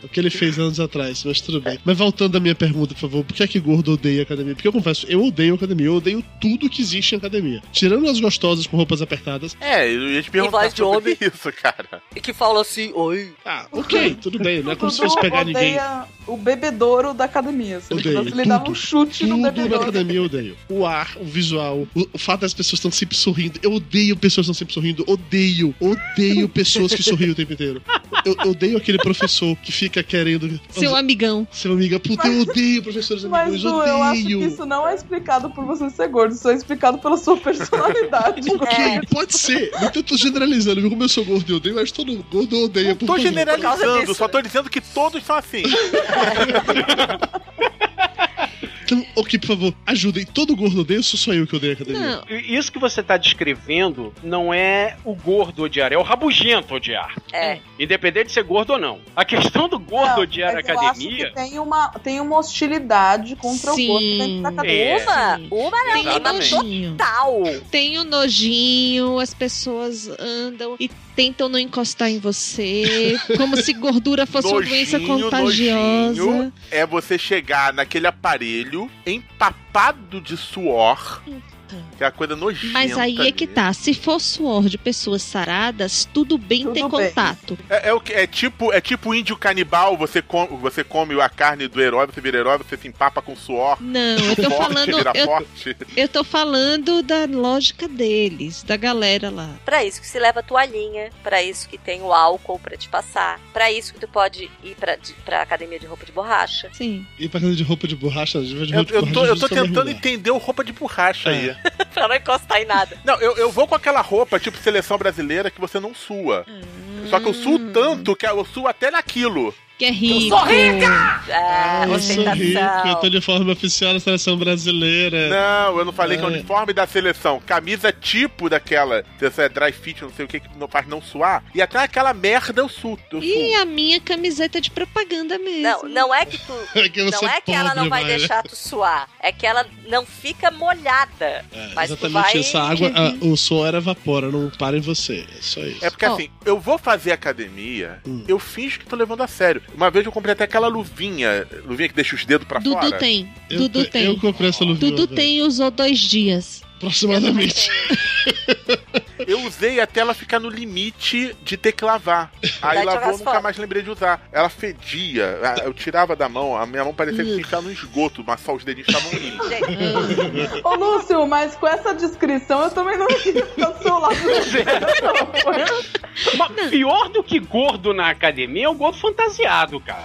A: O que ele fez anos atrás, mas tudo bem. Mas voltando à minha pergunta, por favor, por que é que gordo odeia a academia? Porque eu confesso, eu odeio a academia, eu odeio tudo que existe em academia. Tirando as gostosas com roupas apertadas.
E: É, eu ia te
A: E
E: perguntar
A: voz de
E: sobre isso, cara.
C: E que fala assim, oi.
A: Ah, ok, tudo bem, não é como se
D: Dudu
A: fosse pegar ninguém.
D: odeia O bebedouro da academia. Se ele,
A: Odeio
D: se ele dava um chute no
A: Tudo na
D: bebedouro.
A: academia eu odeio. O ar, o visual, o, o fato das pessoas estão sempre sorrindo. Eu odeio pessoas que estão sempre sorrindo. Odeio, odeio pessoas que sorriem o tempo inteiro. Eu, eu odeio aquele professor que fica querendo.
B: Seu amigão.
A: Seu amigão. Puta, eu odeio professores
D: Mas
A: amigos.
D: Du, eu acho que
A: Odeio.
D: isso não é explicado por você ser gordo, isso é explicado pela
A: (laughs)
D: sua personalidade. É,
A: Ok, pode ser. Então eu tô generalizando, viu? Como eu sou gordo e odeio, mas todo gordo odeia. por
E: Tô
A: favor.
E: generalizando, só tô dizendo que todos são assim.
A: Então, ok, por favor, ajudem. Todo gordo odeia, ou sou só eu que odeio a academia.
F: I- Isso que você tá descrevendo não é o gordo odiar, é o rabugento odiar.
C: É.
F: Independente de ser gordo ou não. A questão do gordo odiar a
D: Mas eu acho que
F: academia.
D: tem uma, tem uma hostilidade contra
B: Sim.
D: o corpo dentro da
F: É.
D: cabeça.
C: Uma, uma
B: Tem
C: era
B: o
C: uma
B: nojinho.
C: total.
B: Tem o nojinho, as pessoas andam e tentam não encostar em você, como se gordura fosse uma doença contagiosa.
E: nojinho é você chegar naquele aparelho empapado de suor. Que é a coisa nojenta.
B: Mas aí é que
E: ali.
B: tá. Se for suor de pessoas saradas, tudo bem ter
E: bem.
B: contato.
E: É, é o que, é tipo é tipo índio canibal, você, com, você come a carne do herói, você vira herói, você se empapa com suor.
B: Não, eu tô
E: Forte,
B: falando.
E: Vira
B: Eu,
E: forte.
B: eu tô falando da lógica deles, da galera lá.
C: Pra isso que se leva a toalhinha, pra isso que tem o álcool pra te passar, pra isso que tu pode ir pra, de, pra academia de roupa de borracha. (laughs)
B: Sim.
A: E pra casa de roupa de borracha, de roupa de
E: Eu,
A: borracha.
E: eu tô, eu tô
A: justo vai
E: tentando
A: mudar.
E: entender o roupa de borracha
C: É.
E: aí.
C: pra não encostar em nada.
E: Não, eu, eu vou com aquela roupa tipo seleção brasileira que você não sua. Só que eu suo
B: Hum.
E: tanto que eu suo até naquilo.
B: Que é rico.
C: Eu sou rica! Ah,
A: Eu sou rico, eu tô
C: ostentação.
A: de forma oficial da seleção brasileira.
E: Não, eu não falei
B: Hum.
E: que é o
A: Ah.
E: uniforme da seleção. Camisa tipo daquela, dessa dry fit, não sei o que, que não faz não suar. E até aquela merda eu suo. Eu suo.
B: E a minha camiseta de propaganda mesmo.
C: Não, não é que tu.
A: (laughs) É que você
C: não é que ela não
A: pobre, né?
C: vai
A: Maia.
C: deixar tu suar. É que ela não fica molhada. mas tu
A: É, Exatamente
C: vai. (laughs)
A: isso. A água, a- o suor evapora, não para em você. É só isso.
E: É porque assim, eu vou fazer academia,
B: Hum.
E: eu finjo que tô levando a sério. Uma vez eu comprei até aquela luvinha, luvinha que deixa os dedos pra
B: Dudu
E: fora.
B: tem.
A: Eu,
B: Dudu tem.
A: Eu comprei essa luvinha.
B: Dudu
A: velho.
B: tem e usou dois dias.
A: Aproximadamente.
E: Eu usei até ela ficar no limite de ter que lavar.
C: (laughs)
E: Aí
C: Vai jogar
E: lavou,
C: as
E: nunca
C: fotos.
E: mais lembrei de usar. Ela fedia, a- eu tirava da mão, a minha mão parecia que estava no esgoto, mas só os dedinhos estavam limpos.
D: Ô, Lúcio, mas com essa descrição eu também não queria ficar do
A: (laughs)
D: seu lado. (laughs)
F: Mas pior do que gordo na academia é o gordo fantasiado, cara.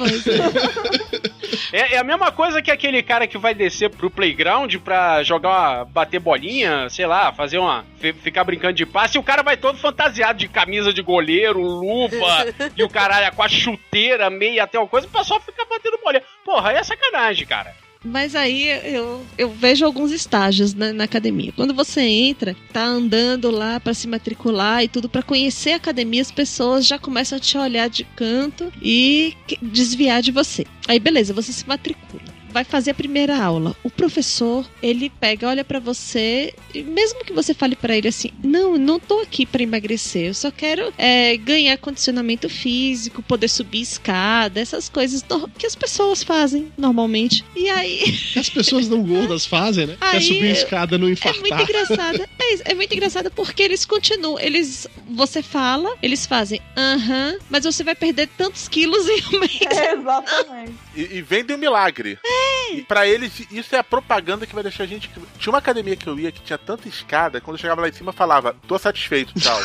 F: É, é a mesma coisa que aquele cara que vai descer pro playground pra jogar, uma- bater bolinha, sei lá, fazer uma. fi- ficar brincando de passe e o cara vai todo fantasiado de camisa de goleiro, luva e o caralho com a chuteira, meia até uma coisa, o pessoal fica batendo bolinha. Porra, aí é sacanagem, cara.
B: Mas aí eu, eu vejo alguns estágios na, na academia. Quando você entra, tá andando lá pra se matricular e tudo, pra conhecer a academia, as pessoas já começam a te olhar de canto e que- desviar de você. Aí beleza, você se matricula. Vai fazer a primeira aula. O professor, ele pega, olha pra você, e mesmo que você fale pra ele assim: "Não, eu não tô aqui pra emagrecer, eu só quero é, ganhar condicionamento físico, poder subir escada, essas coisas no- que as pessoas fazem normalmente". E aí (laughs)
A: As pessoas não gordas fazem, né? Quer
B: Aí,
A: subir a escada, não
B: é
A: infartar.
B: muito engraçado. É, isso, é muito engraçado porque eles continuam. Eles. Você fala, eles fazem aham, mas você vai perder tantos quilos em um mês.
D: É, exatamente.
E: E, e vendem um milagre. E pra eles, isso é a propaganda que vai deixar a gente. Tinha uma academia que eu ia que tinha tanta escada, quando eu chegava lá em cima, eu falava, tô satisfeito, tchau.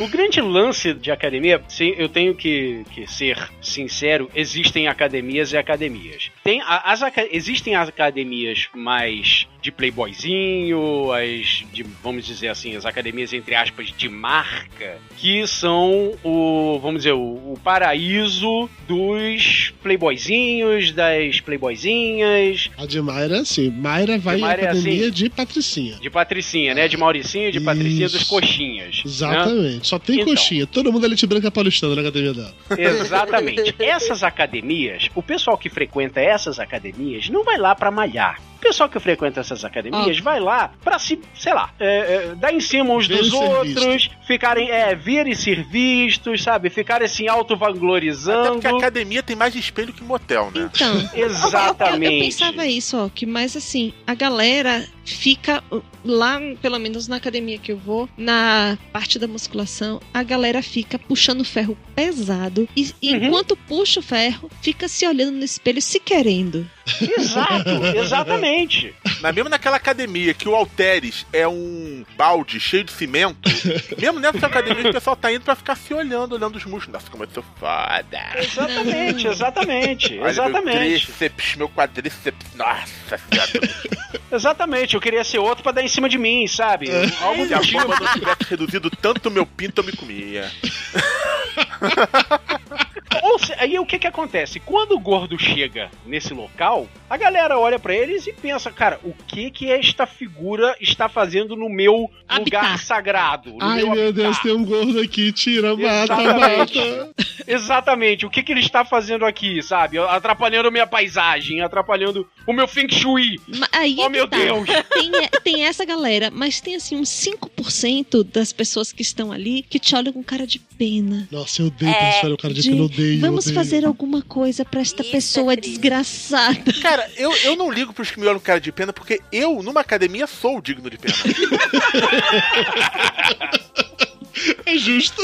F: O grande lance de academia, sim, eu tenho que, que ser sincero, existem academias e academias. Tem a- as, aca- existem as academias mais de playboyzinho, as de, vamos dizer assim, as academias entre aspas de marca, que são o, vamos dizer, o, o paraíso dos playboyzinhos, das playboyzinhas,
A: A de Mayra é assim. Mayra vai
F: De Mayra é
A: à academia
F: assim.
A: de patricinha.
F: de patricinha, né? De Mauricinho, de patricinha dos
A: Isso.
F: coxinhas. né?
A: Exatamente. Só tem
F: Então.
A: coxinha. Todo mundo é leite branca paulistana na academia dela.
F: Exatamente. Essas academias, o pessoal que frequenta essas academias não vai lá pra malhar. O pessoal que frequenta essas
B: Ah.
F: academias vai lá pra se, sei lá, é, é, dar em cima uns
A: Ver e
F: dos
A: ser
F: outros, ficarem, é, vir e ser vistos, sabe? Ficarem assim
E: Até porque a
F: auto-vanglorizando.
E: academia tem mais espelho que motel, né?
B: Então. Eu, eu
F: Exatamente.
B: pensava isso, ó, que mas assim, a galera fica uh, lá, pelo menos na academia que eu vou, na parte da musculação, a galera fica puxando ferro pesado
F: Uhum.
B: e e enquanto puxa o ferro, fica se olhando no espelho se querendo.
F: Exato,
B: (laughs)
F: exatamente.
E: Na, mesmo naquela academia que o Alteres é um balde cheio de cimento, mesmo nessa academia o pessoal tá indo pra ficar se olhando, olhando os músculos. Nossa, como eu sou foda.
F: Exatamente, exatamente.
E: Olha meu
F: Exatamente.
E: tríceps, meu quadríceps. Nossa senhora.
F: Exatamente. Eu queria ser outro pra dar em cima de mim, sabe?
E: É.
F: Algo
E: Se a
F: do
E: bomba
F: tipo.
E: não tivesse reduzido tanto meu pinto, eu me comia.
F: Ou se- aí o que que acontece? Quando o gordo chega nesse local, a galera olha pra eles e pensa, cara, o que que esta figura está fazendo no meu lugar sagrado? No
A: Ai,
F: meu
A: meu Deus, tem um gordo aqui, tira, mata,
F: Exatamente.
A: mata.
F: Exatamente. O que, que ele está fazendo aqui, sabe? Atrapalhando minha paisagem, atrapalhando o meu feng shui.
B: Ma- Aí
F: Oh,
B: é que
F: meu
B: tá.
F: Deus.
B: Tem, tem essa galera, mas tem assim uns 5% das pessoas que estão ali que te olham com cara de pena.
A: Nossa, eu odeio
C: É,
A: quando eles falam o cara de pena, eu odeio.
B: Vamos
A: odeio.
B: fazer alguma coisa pra esta
F: é
B: pessoa desgraçada.
E: Cara, eu, eu não ligo pros que me olham com cara de pena, porque eu, numa academia, sou digno de pena.
A: É justo.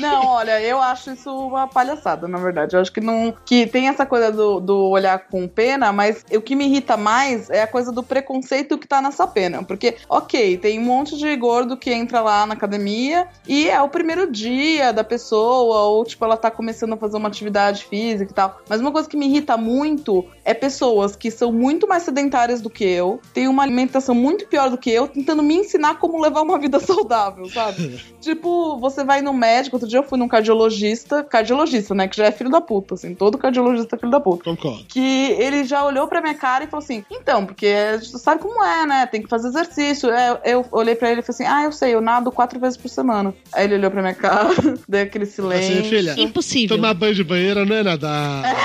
D: Não, olha, eu acho isso uma palhaçada, na verdade. Eu acho que não. Que tem essa coisa do, do olhar com pena, mas o que me irrita mais é a coisa do preconceito que tá nessa pena. Porque, ok, tem um monte de gordo que entra lá na academia e é o primeiro dia da pessoa, ou tipo, ela tá começando a fazer uma atividade física e tal. Mas uma coisa que me irrita muito é pessoas que são muito mais sedentárias do que eu, têm uma alimentação muito pior do que eu, tentando me ensinar como levar uma vida (laughs) saudável, sabe? Tipo, você vai no médico, outro dia eu fui num cardiologista, cardiologista, né, que já é filho da puta, assim, todo cardiologista é filho da puta.
A: Concordo.
D: Que ele já olhou pra minha cara e falou assim, então, porque você sabe como é, né, tem que fazer exercício. É, eu olhei pra ele e falei assim, ah, eu sei, eu nado quatro vezes por semana. Aí ele olhou pra minha cara, (laughs) deu aquele silêncio.
A: Assim, filha, Tomar banho de banheira não é nadar.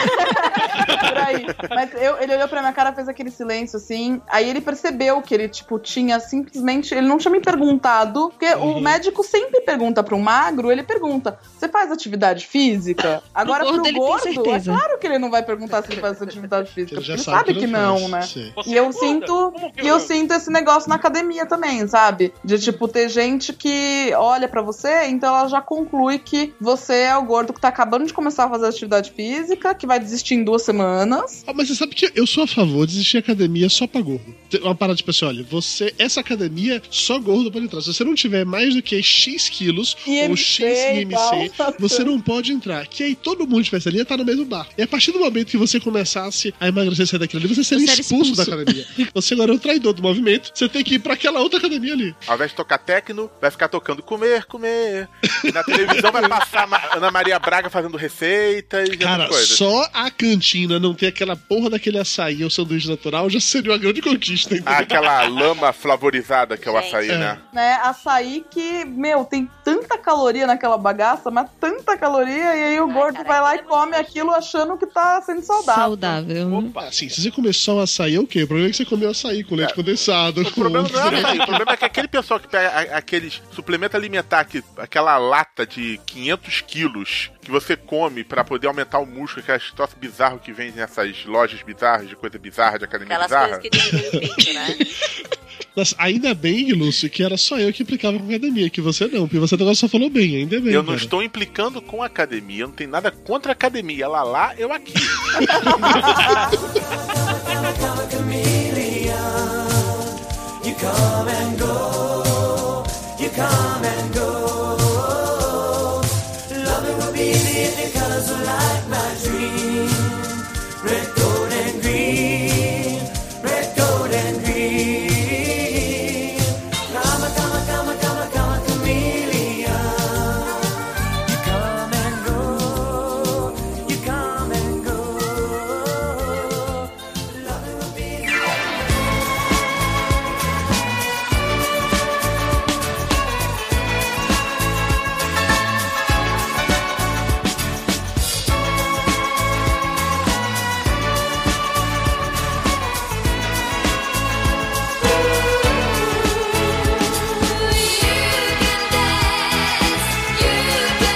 D: por aí. Mas eu- ele olhou pra minha cara, fez aquele silêncio, assim. Aí ele percebeu que ele, tipo, tinha simplesmente. Ele não tinha me perguntado. Porque
A: Uhum.
D: o médico sempre pergunta pra um magro, ele pergunta: você faz atividade física? Agora, pro
B: gordo,
D: gordo,
B: ele tem
D: é
B: certeza.
D: claro que ele não vai perguntar se ele faz atividade
A: (laughs)
D: física.
A: Ele já
D: porque ele
A: sabe
D: sabe
A: que
D: que
A: não
D: não,
A: faz,
D: né?
A: sim.
D: E eu sinto. E eu sinto esse negócio na academia também, sabe? De, tipo, ter gente que olha pra você, então ela já conclui que você é o gordo que tá acabando de começar a fazer atividade física, que vai desistir em duas semanas.
A: Ah, mas você sabe que eu sou a favor de existir academia só pra gordo. Tem uma parada tipo assim, olha, você, essa academia só gordo pode entrar. Se você não tiver mais do que X quilos ou
G: IMC
A: X IMC,
G: igual.
A: você não pode entrar. Que aí todo mundo que tivesse ali ia estar no mesmo bar. E a partir do momento que você começasse a emagrecer e sair daquilo ali, você seria
E: Você era
A: expulso,
E: expulso.
A: da academia. você agora é o traidor do movimento, você tem que ir pra aquela outra academia ali.
E: Ao invés de tocar tecno, vai ficar tocando comer, comer. E na televisão vai passar Ma- Ana Maria Braga fazendo receitas e
A: Cara,
E: essas coisas.
A: só a cantina não ter aquela porra daquele açaí ou sanduíche natural já seria uma grande conquista, entendeu?
E: Ah, aquela lama flavorizada que é o açaí,
A: É.
E: né?
D: Né? Açaí que, meu, tem tanta caloria naquela bagaça, mas tanta caloria, e aí o gordo vai lá e come aquilo achando que tá sendo saudável.
A: Opa, assim, se você comer só açaí, é o quê? O problema é que você comeu açaí com leite condensado.
E: O problema não é açaí, o problema é que aquele pessoal que pega a- aqueles suplemento alimentar, que, aquela lata de 500 quilos que você come pra poder aumentar o músculo, aquelas troças bizarro que vendem nessas lojas bizarras, de coisa bizarra, de academia
C: Aquelas
E: bizarra.
C: coisas que diminuem o pinto, né?
A: (laughs) Nossa, ainda bem, Lúcio, que era só eu que implicava com a academia, que você não, porque você agora só falou bem, ainda bem.
E: Eu não
A: cara.
E: estou implicando com a academia, eu não tenho nada contra a academia. Ela lá, eu aqui.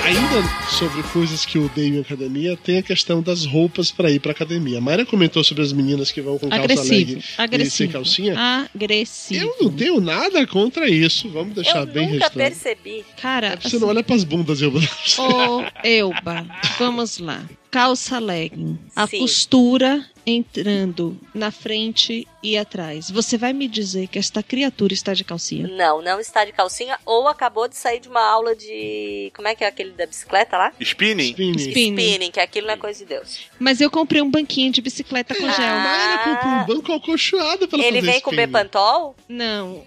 A: Ainda sobre coisas que eu odeio em academia, tem a questão das roupas pra ir pra academia. A Mayra comentou sobre as meninas que vão com calça
B: Agressivo.
A: leg e sem
B: Agressivo.
A: calcinha.
B: Agressivo.
A: Eu não tenho nada contra isso, vamos deixar bem registrado.
C: percebi.
B: Cara, assim,
A: Você não olha pras bundas, eu
B: Ô, Elba, vamos lá. Calça legging. A
A: Sim.
B: costura entrando na frente e atrás. Você vai me dizer que esta criatura está de calcinha?
C: Não, não está de calcinha ou acabou de sair de uma aula de. Como é que é aquele da bicicleta lá?
A: (laughs)
E: Spinning?
B: Spinning.
C: Spinning, que aquilo não é coisa de Deus.
B: Mas eu comprei um banquinho de bicicleta com gel.
C: Ah.
A: Ela comprou um banco acolchoado pra ela
C: Ele
A: fazer
C: vem com
A: spinning.
C: Bepantol?
B: (laughs) Não.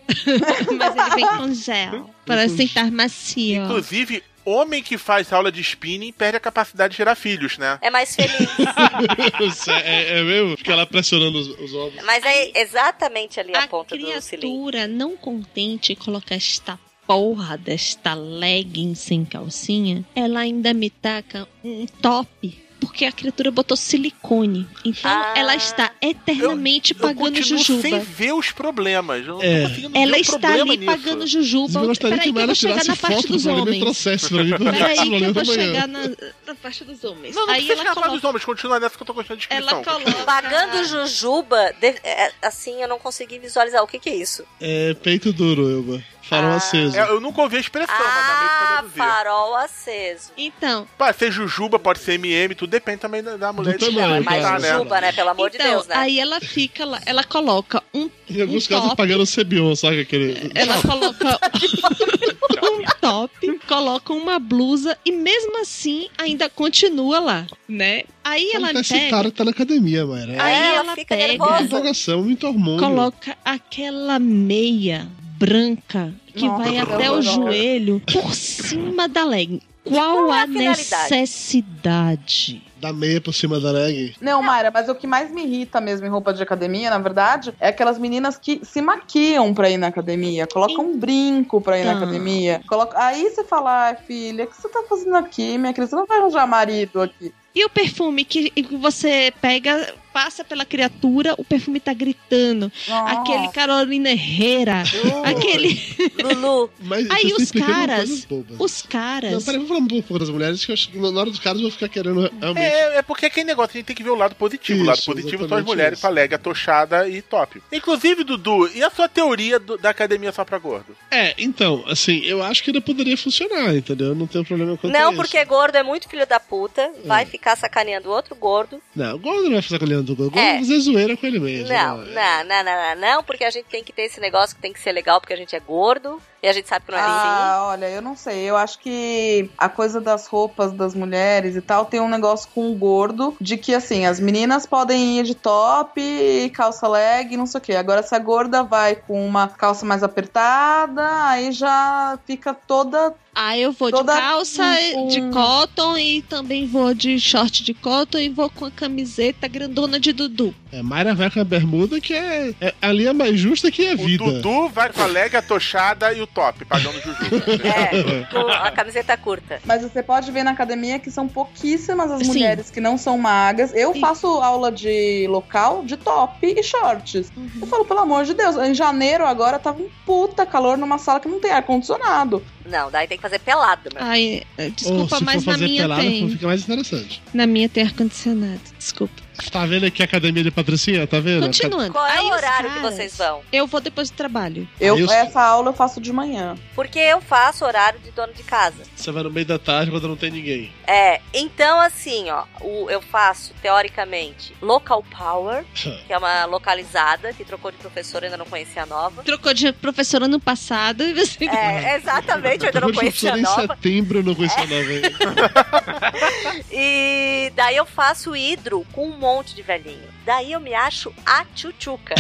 B: Mas ele vem com gel. Para sentar macio.
E: Inclusive, Homem que faz aula de spinning perde a capacidade de gerar filhos, né?
C: É mais feliz.
A: (laughs) é, é mesmo? Fica lá pressionando os, os ovos.
C: Mas é exatamente ali a, ponta do cilindro.
B: Criatura não contente em colocar esta porra desta legging sem calcinha, ela ainda me taca um top. Porque a criatura botou silicone. Então
E: Ah.
B: ela está eternamente
E: Eu
B: pagando
E: continuo
B: jujuba.
E: sem ver os problemas. Eu não
A: É.
E: tô conseguindo ver
B: Ela
E: o
B: está
E: problema
B: ali
E: nisso.
B: pagando jujuba.
A: Eu gostaria
B: Peraí,
A: que o
B: eu vou
A: Mário
B: chegar na
A: tirasse
B: parte
A: foto do
B: dos
A: programa e
B: homens.
A: trouxesse pra mim, pra eu falar
B: Peraí,
A: sobre o
B: que eu
A: problema
B: vou
A: da manhã.
B: chegar na, na parte dos homens.
E: Não, não
B: Aí
E: precisa
B: ela
E: chegar na
B: coloca.
E: parte dos homens. Continua nessa que eu tô gostando de descrição.
B: Ela coloca-
E: Continua.
C: Pagando jujuba, de- é, assim eu não consegui visualizar o que, que é isso.
A: É peito duro, Elba.
B: Ah,
A: Farol aceso.
E: É, eu nunca ouvi a expressão,
C: Ah,
E: mas dá meio que pra deduzir.
C: farol aceso.
B: Então,
E: Pode ser jujuba, pode ser MM, tudo depende também da, da mulher.
A: tamanho, Não, é mais
E: Tá,
C: jujuba, né? Pelo amor
B: então
C: de Deus, né?
B: aí ela fica lá, ela coloca um,
A: Em alguns
B: um
A: casos
B: top,
A: pagando o Sebion, sabe aquele.
B: ela coloca um top, coloca uma blusa e mesmo assim ainda continua lá, né? Aí ela
A: Ela tá
B: pega,
A: excitada, tá na academia, Mayra.
B: aí
C: ela
B: ela
C: fica
B: pega,
C: nervosa.
A: Empolgação, um muito hormônio.
B: coloca aquela meia branca que
D: Nossa,
B: vai
D: não,
B: até
D: não,
B: o
D: não.
B: joelho por cima da legging. Qual
C: qual é
B: a,
C: a finalidade?
B: necessidade?
A: Da meia por cima da leg.
D: Não, Mayra, mas o que mais me irrita mesmo em roupa de academia, na verdade, é aquelas meninas que se maquiam pra ir na academia, colocam um brinco pra ir na
B: Então.
D: academia. Coloca... Aí você fala, ai, filha, o que você tá fazendo aqui, minha querida? Você não vai arranjar marido aqui.
B: E o perfume que que você pega, passa pela criatura, o perfume tá gritando.
D: Nossa.
B: Aquele Carolina Herrera. Aquele.
C: Lulu,
A: Mas
B: Aí
A: vocês
B: os
A: explicam umas
B: caras-
A: coisas bobas.
B: Os caras.
A: Não, peraí, vou falar um pouco das mulheres, que eu acho que na hora dos caras eu vou ficar querendo realmente.
E: É, é porque aquele negócio, a gente tem que ver o lado positivo. o lado
A: Isso,
E: positivo são as
A: exatamente
E: mulheres
A: isso.
E: com a leg atochada e top. Inclusive, Dudu, e a sua teoria do- da academia só pra gordo?
A: É, então, assim, eu acho que ainda poderia funcionar, entendeu? Não tem problema com
C: não,
A: isso.
C: porque gordo é muito filho da puta, vai ficar sacaneando outro gordo.
A: Não, o Gordo não vai fazer com o Leandro Gordo. O Gordo
C: É.
A: vai fazer zoeira com ele mesmo. É,
C: Não, não, não, não, não, não, porque a gente tem que ter esse negócio que tem que ser legal porque a gente é gordo e a gente sabe que não é assim.
D: Ah, olha, eu não sei. Eu acho que a coisa das roupas das mulheres e tal tem um negócio com o gordo de que, assim, as meninas podem ir de top, calça leg, não sei o quê. Agora, se a gorda vai com uma calça mais apertada, aí já fica toda.
B: Ah, eu vou
D: Toda-
B: de calça
D: um-
B: de cotton e também vou de short de cotton e vou com a camiseta grandona de Dudu.
A: É, Mayra vai com a bermuda que é, é- Ali é mais justa que a
E: O
A: vida.
E: Dudu vai com a leg atochada e o top,
B: (laughs)
E: pagando jujuba.
C: É, com a camiseta curta.
D: Mas você pode ver na academia que são pouquíssimas as
B: Sim.
D: mulheres que não são magas. Eu
B: Sim.
D: faço aula de local de top e shorts.
C: Uhum.
D: Eu falo, pelo amor de Deus, em janeiro agora tava um puta calor numa sala que não tem ar-condicionado.
C: Não, daí tem que fazer pelado, né?
B: Ai, eh, desculpa,
A: Ou se
B: mas
A: for
B: na
A: fazer
B: minha
A: pelada,
B: tem.
A: fica mais interessante.
B: Na minha tem ar-condicionado. Desculpa.
A: Tá vendo aqui a academia de patrocínio? Tá vendo?
B: Continuando.
C: Qual é
B: Aí
C: o
B: os
C: horário que
B: caras-
C: vocês vão?
B: Eu vou depois do trabalho.
D: Eu,
A: Aí os-
D: essa aula eu faço de manhã.
C: Porque eu faço horário de dono de casa.
A: Você vai no meio da tarde quando não tem
C: (laughs)
A: ninguém.
C: É, então assim, ó, o- eu faço, teoricamente, Local Power, que é uma localizada, que trocou de professora, ainda não conhecia
B: (laughs)
C: a nova.
B: Trocou de professora no passado e você.
C: É, exatamente, eu ainda não
A: Depois de
C: conhecia a
A: professor, em
C: nova.
A: setembro eu não conhecia a
C: (laughs)
A: nova.
C: E daí eu faço hidro com um monte de velhinho. Daí eu me acho a
E: (laughs)
C: tchutchuca.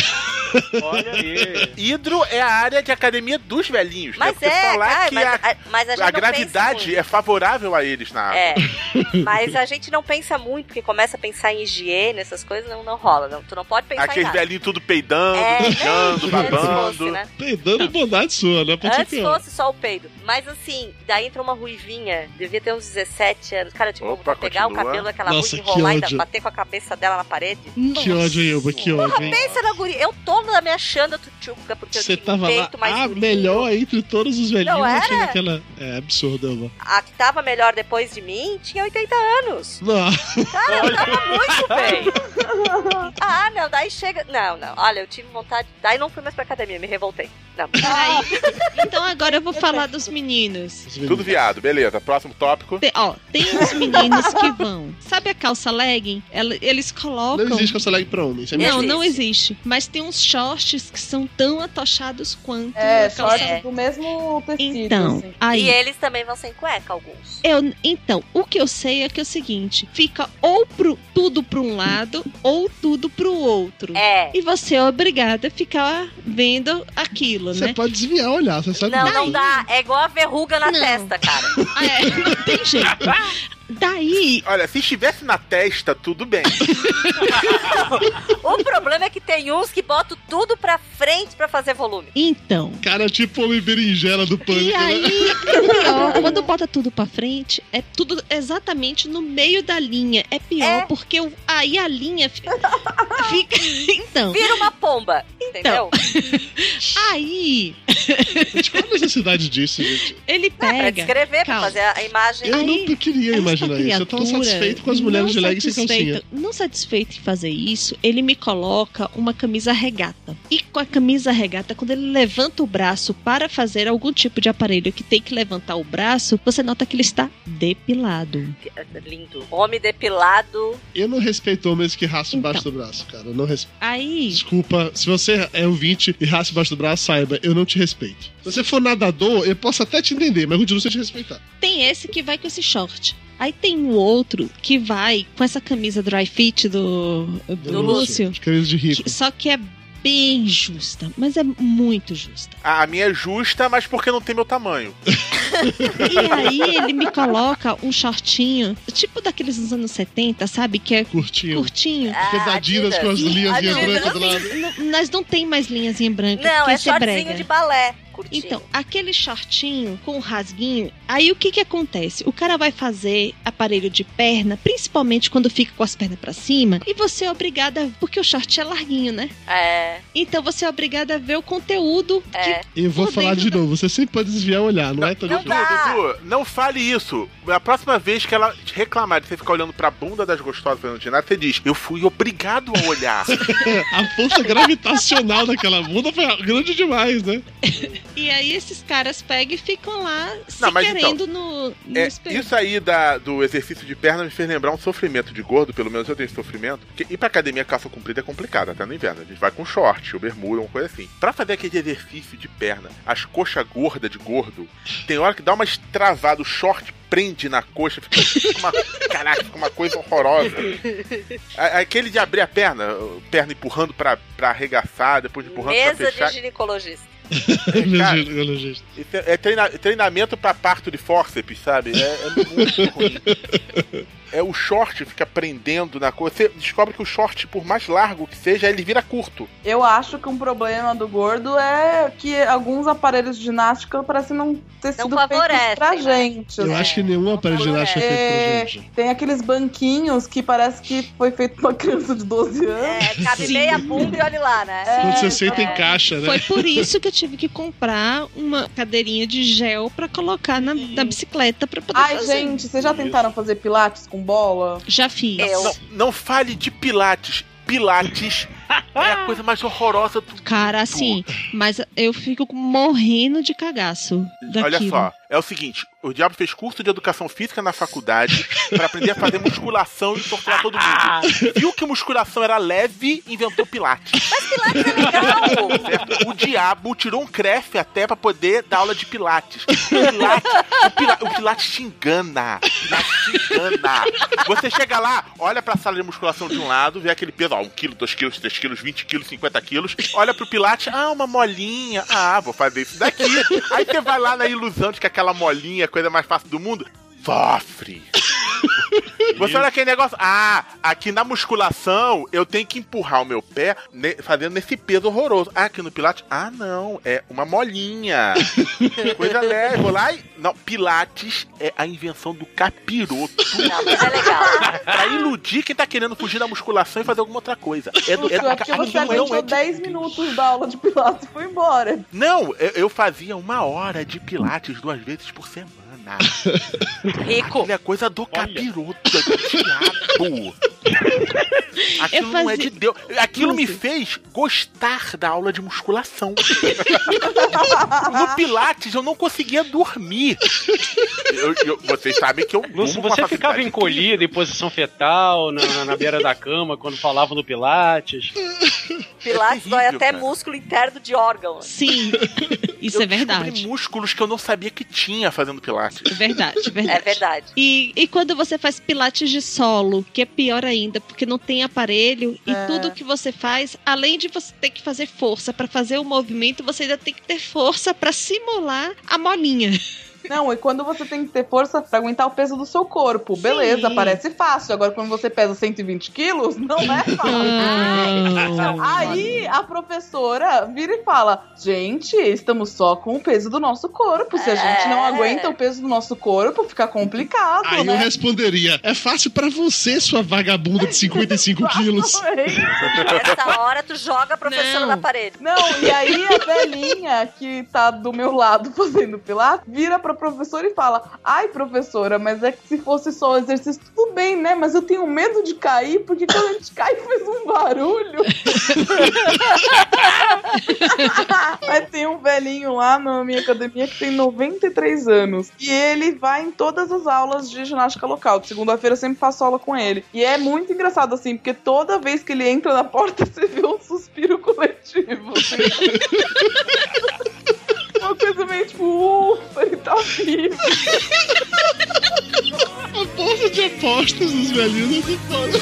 F: Olha aí.
E: Hidro é a área de academia dos velhinhos. né?
C: Mas
E: Porque
C: é,
E: falar
C: cara,
E: que
C: mas,
E: a-
C: a, mas a gente
E: a,
C: não pensa
E: gravidade
C: muito.
E: é favorável a eles na água. (laughs)
C: É. Mas a gente não pensa muito, porque começa a pensar em higiene, essas coisas, não, não rola. Não. Tu não pode pensar em
E: Aqueles
C: nada.
E: velhinhos tudo peidando,
C: tá. É,
E: mijando,
C: antes
E: babando.
C: fosse, né?
A: Peidando bondade sua, né? Pode ser
C: Antes
A: pior.
C: fosse só o peido. Mas assim, daí entra uma ruivinha, devia ter uns 17 anos. Cara, tipo,
E: Opa,
C: pegar o
E: continua.
C: cabelo daquela
A: Nossa,
C: ruiva, enrolar
A: que
C: e ainda
A: ódio.
C: bater com a cabeça dela na parede.
A: Que ódio, Ilba, que ódio, hein?
C: Pensa na guria. Eu toda me achando a tchutchuca, porque
A: Você
C: eu tinha um
A: tava lá,
C: peito mais
A: a
C: durinho.
A: melhor entre todos os velhinhos.
C: Não
A: mas tinha
C: era?
A: aquela... É absurdo, Elba.
C: A que tava melhor depois de mim tinha 80 anos.
A: Não,
C: Cara, eu tava
A: (laughs)
C: muito bem. ah, não, daí chega. Não, não. Olha, eu tive vontade. Daí não fui mais pra academia, me revoltei. Não.
B: Peraí. Então agora eu vou falar dos meninos.
A: os velhinhos.
E: Tudo viado, beleza. Próximo tópico.
B: Tem- ó, tem os meninos que vão. Sabe a calça legging? Ela- eles colocam.
A: Não existe calça leg pra homem. Isso é
B: Não,
A: mentira.
B: não existe. Mas tem uns shorts que são tão atochados quanto
D: É,
B: a calça.
D: shorts do mesmo tecido.
B: Então,
D: assim.
B: aí.
C: E é- eles também vão sem cueca, alguns.
B: Eu, então, o que eu sei é que é o seguinte: fica ou pro, tudo pra um lado ou tudo pro outro.
C: É.
B: E você é obrigada a ficar vendo aquilo. aquilo,
A: Você
B: né?
A: pode desviar o olhar, você sabe
C: Não,
A: disso.
C: não dá. É igual a verruga na testa, cara.
B: Ah, é. não tem jeito. Daí.
E: Olha, se estivesse na testa, tudo bem.
C: o problema é que tem uns que botam tudo pra frente pra fazer volume.
B: Então.
A: Cara, tipo homem berinjela do pânico.
B: E
A: né?
B: aí, é pior, quando bota tudo pra frente, é tudo exatamente no meio da linha. É pior, porque o- aí a linha fi- fica. (laughs) Então.
C: Vira uma pomba.
B: Então. Aí,
A: Gente, qual a necessidade disso, gente?
B: ele
A: é
B: pega.
C: pra descrever, pra
B: Calma.
C: fazer a imagem.
A: Eu não queria imaginar isso. Eu tava
B: criatura,
A: satisfeito com as mulheres
B: não
A: de leg sem
B: satisfeita-
A: calcinha.
B: Não satisfeito em fazer isso, ele me coloca uma camisa regata. E com a camisa regata, quando ele levanta o braço para fazer algum tipo de aparelho que tem que levantar o braço, você nota que ele está depilado.
C: é, Lindo. Homem depilado.
A: Eu não respeito homens que raspam
B: Então.
A: embaixo do braço, cara. Eu não respeito.
B: Aí.
A: Desculpa, se você é ouvinte e raspa embaixo do braço, saiba, eu não te respeito. Se você for nadador, eu posso até te entender, mas eu continuo sem te respeitar.
B: Tem esse que vai com esse short. Aí tem o outro que vai com essa camisa dry fit do, do, Lúcio.
A: De camisa de rico.
B: Só que é bem justa, mas é muito justa.
E: A a minha é justa, mas porque não tem meu tamanho.
B: E aí ele me coloca um shortinho, tipo daqueles dos anos 70, sabe? Que é
A: curtinho.
B: Curtinho. Ah,
A: Ah, Aquelas Adidas com as Adidas. linhazinhas brancas do
B: Não, nós não tem mais linhazinha branca.
C: Não,
B: porque
C: é
B: isso brega.
C: shortzinho de balé. Curtinho.
B: Então, aquele shortinho com rasguinho, aí o que que acontece? O cara vai fazer aparelho de perna, principalmente quando fica com as pernas pra cima, e você é obrigada, porque o short é larguinho, né?
C: É.
B: Então você é obrigada a ver o conteúdo é.
A: Eu vou falar de novo, você sempre pode desviar o olhar, não, é todo
E: Dudu, Dudu, não fale isso. A próxima vez que ela te reclamar de você ficar olhando pra bunda das gostosas fazendo ginástica, você diz: Eu fui obrigado
C: (laughs)
E: a olhar.
A: A força gravitacional daquela bunda foi grande demais, né?
B: E aí esses caras pegam e ficam lá se
E: Não, mas
B: querendo
E: então,
B: no, no
E: É,
B: espelho.
E: isso aí da- do exercício de perna me fez lembrar um sofrimento de gordo, pelo menos eu tenho esse sofrimento. Porque ir pra academia calça comprida é complicado, até no inverno. A gente vai com short, ou bermuda, uma coisa assim. Pra fazer aquele exercício de perna, as coxas gordas de gordo, tem hora que dá uma estravada, o short prende na coxa, fica, assim, fica uma, (laughs) caraca, fica uma coisa horrorosa. A- Aquele de abrir a perna, perna empurrando pra, pra arregaçar, depois empurrando pra
C: Mesa
E: fechar.
C: de (laughs) ginecologista.
A: Meu Deus, meu Deus.
E: Isso É é treina- treinamento pra parto de fórceps, sabe? É, é muito ruim. É o short fica prendendo na coisa. Você descobre que o short, por mais largo que seja, ele vira curto.
D: Eu acho que um problema do gordo é que alguns aparelhos de ginástica parecem não ter sido feitos pra gente.
A: Eu
D: assim.
A: acho que nenhum aparelho de ginástica é feito pra
D: É,
A: gente.
D: tem aqueles banquinhos que parece que foi feito pra uma criança de 12 anos.
C: É, cabe meia bunda e olha lá, né?
B: É.
A: Quando você senta em caixa, né?
B: Foi por isso que eu tive que comprar uma cadeirinha de gel pra colocar na, na bicicleta pra poder
D: Ai,
B: fazer.
D: gente, vocês já tentaram fazer pilates com bola?
B: Já fiz.
D: É,
E: Não, não fale de pilates. Pilates é a coisa mais horrorosa do
B: Cara, assim, mas eu fico morrendo de cagaço daquilo.
E: Olha só, é o seguinte, o diabo fez curso de educação física na faculdade pra aprender a fazer musculação e torturar todo
F: Ah,
E: mundo. Viu que musculação era leve, inventou pilates. Mas
C: é
E: pilates é legal! (laughs) O diabo tirou um crefe até pra poder dar aula de pilates. O pilates, o pila- o pilates te engana. O pilates te engana. Você chega lá, olha pra sala de musculação de um lado, vê aquele peso, ó, 1 quilo, 2 quilos, 3 quilos, 20 quilos, 50 quilos. Olha pro pilates, ah, uma molinha. Ah, vou fazer isso daqui. Aí você vai lá na ilusão de que aquela molinha é a coisa mais fácil do mundo. Sofre. Você olha aquele negócio. Ah, aqui na musculação eu tenho que empurrar o meu pé ne- fazendo esse peso horroroso. Ah, aqui no Pilates. Ah, não, é uma molinha. Coisa leve. Vou lá e. Não, Pilates é a invenção do capiroto. Não,
C: mas é legal.
E: pra iludir quem tá querendo fugir da musculação e fazer alguma outra coisa. É, do- é, do-
D: é porque você
E: aquilo não
D: aguentou
E: é de
D: 10 minutos da aula de pilates e foi embora.
E: não, eu, eu fazia uma hora de pilates duas vezes por semana. Rico. Aquilo é coisa do capiroto, é do
B: (laughs)
E: diabo. Aquilo não é
H: fazia-
E: de Deus. Aquilo me fez gostar da aula de
B: (laughs)
E: musculação. no pilates eu não conseguia dormir. Eu- eu- vocês sabem que eu
F: Lúcio,
E: durmo com uma
F: você ficava
E: facilidade
F: encolhido em posição fetal, na, na- na beira da cama, quando falavam do Pilates.
C: Pilates
E: é terrível,
C: dói até
E: cara.
C: músculo interno de órgão.
E: (laughs)
B: Sim, isso
E: Eu
B: é verdade.
E: descobri músculos que eu não sabia que tinha fazendo pilates.
B: Verdade, verdade.
C: É verdade.
B: E, e quando você faz pilates de solo, que é pior ainda, porque não tem aparelho
C: É.
B: e tudo que você faz, além de você ter que fazer força pra fazer o movimento, você ainda tem que ter força pra simular a molinha.
D: Não, e quando você tem que ter força pra aguentar o peso do seu corpo, beleza, parece fácil. Agora, quando você pesa 120 quilos, não é
B: Hum.
C: Ah, é
B: (laughs)
D: fácil. Aí a professora vira e fala: gente, estamos só com o peso do nosso corpo. Se a gente não aguenta o peso do nosso corpo, fica complicado.
A: Aí
D: né?
A: eu responderia: é fácil pra você, sua vagabunda de
D: (laughs)
A: 55 quilos.
C: Nessa hora tu joga a professora na parede.
D: Não, e aí a velhinha que tá do meu lado (laughs) fazendo pilates vira pra professora e fala: Ai, professora, mas é que se fosse só o exercício, tudo bem, né? Mas eu tenho medo de cair, porque quando a gente cai (laughs) faz um barulho. (laughs) mas tem um velhinho lá na minha academia que tem 93 anos. E ele vai em todas as aulas de ginástica local. De segunda-feira eu sempre faço aula com ele. E é muito engraçado, assim, porque toda vez que ele entra na porta, (laughs) você vê um suspiro coletivo.
B: (laughs)
D: assim. Uma coisa meio tipo, ufa, ele tá vivo.
A: A bolsa de apostas dos velhinhos é foda.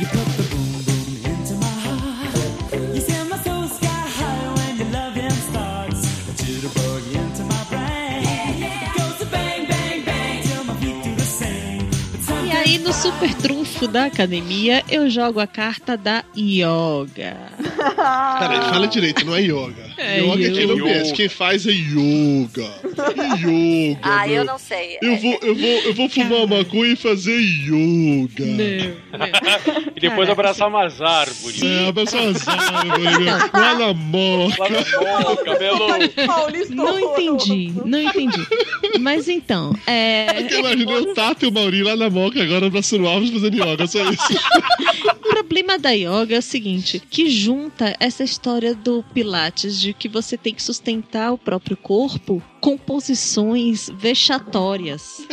I: You put the boom boom into my heart. You send my soul sky high when your loving starts. A jitterbug into my brain. Goes to bang bang bang till my feet do the same.
B: E aí, no super trunfo da academia, eu jogo a carta da yoga.
A: Peraí, fala direito, não é yoga.
B: É
A: yoga é quem não
B: yoga.
A: conhece. Quem faz é yoga. Yoga.
C: Ah,
A: meu.
C: eu não sei.
A: é Eu vou, eu vou, eu vou fumar uma maconha e fazer yoga.
F: E depois
A: Caraca,
F: abraçar umas árvores.
A: É, a pessoa meu. Lá na
F: (laughs)
A: moca.
F: cabelo.
B: Não entendi, não entendi. Mas então, é.
A: Eu imaginei o Tato e o Mauri lá na moca, agora abraçando o Alves fazendo yoga, só isso.
B: O problema da yoga é o seguinte, que junta essa história do pilates de que você tem que sustentar o próprio corpo com posições vexatórias.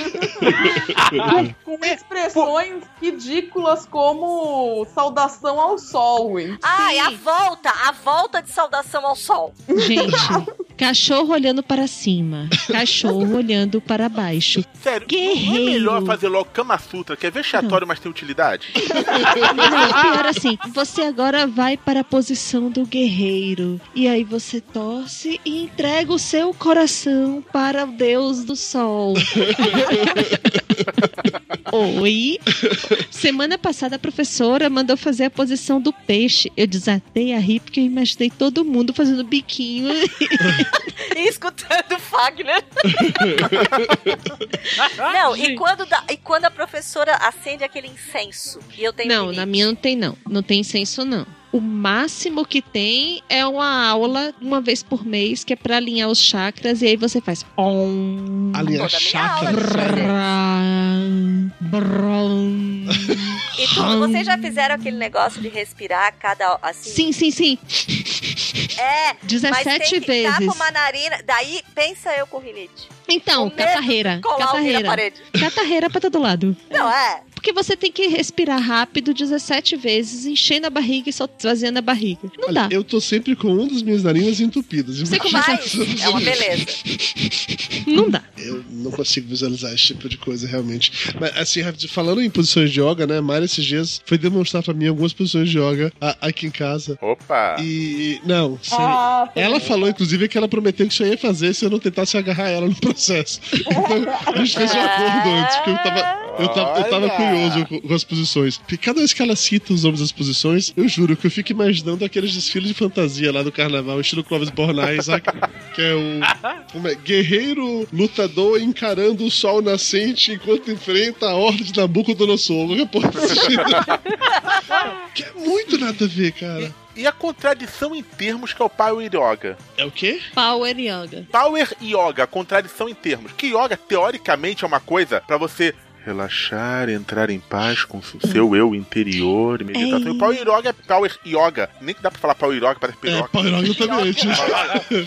D: Com
B: É,
D: expressões ridículas como saudação ao sol. hein?
C: Ah, e a volta, a volta de saudação ao sol.
B: Gente, cachorro olhando para cima, cachorro olhando para baixo.
E: Sério, não é melhor fazer logo Kama Sutra, que é
B: Hum.
E: vexatório, mas tem utilidade?
B: Não, pior assim, você agora vai para a posição do guerreiro. E aí você torce e entrega o seu coração para o deus do sol. (laughs) Oi! Semana passada a professora mandou fazer a posição do peixe. Eu desatei a rir porque eu imaginei todo mundo fazendo biquinho.
C: E escutando o Fagner. Não, e quando, dá- e quando a professora acende aquele incenso? E eu tenho.
B: Não, na minha não tem não. Não tem incenso não. O máximo que tem é uma aula uma vez por mês que é pra alinhar os chakras e aí você faz om.
A: Alinhar Toda a minha chakras? aula de
B: Brum, brum.
C: E tu, vocês já fizeram aquele negócio de respirar cada. Assim,
B: Sim, sim, sim.
C: É,
B: 17
C: mas tem que tá com
B: vezes.
C: uma narina. Daí pensa eu com rinite.
B: Então,
C: Com medo de
B: catarreira,
C: colar alguém na
B: catarreira.
C: parede.
B: Catarreira pra todo lado.
C: Não é?
B: Porque você tem que respirar rápido 17 vezes, enchendo a barriga e só esvaziando a barriga. Não
A: Olha,
B: dá.
A: eu tô sempre com um das minhas narinas entupidas.
B: Você começa- Mas é uma
C: beleza.
B: Não dá.
A: (laughs) Eu não consigo visualizar esse tipo de coisa, realmente. Mas, assim, rápido, falando em posições de yoga, né? Mari, esses dias, foi demonstrar pra mim algumas posições de yoga a- aqui em casa.
E: Opa!
A: E, não, sem-
E: Ah, foi
A: ela
E: bem.
A: falou, inclusive, que ela prometeu que isso eu ia fazer se eu não tentasse agarrar ela no processo. Então, a gente fez um acordo antes, porque eu tava Eu tava, eu tava
E: Olha!
A: curioso com, com as posições. Porque cada vez que ela cita os nomes das posições, eu juro que eu fico imaginando aqueles desfiles de fantasia lá do carnaval, estilo Clóvis Bornai, saca? Que é o. Como é? Guerreiro lutador encarando o sol nascente enquanto enfrenta a horda de Nabucodonosor. Qualquer porra desse jeito. que é muito nada a ver, cara.
E: E a contradição em termos que é o Power Yoga?
A: É o quê?
B: Power Yoga.
E: Power Yoga, contradição em termos. Que yoga, teoricamente, é uma coisa pra você relaxar, entrar em paz com o seu eu interior, meditação.
I: É.
E: E o Power Yoga é Power Yoga. Nem que dá pra falar Power Yoga, parece
A: É,
E: piroca.
A: Power Yoga exatamente.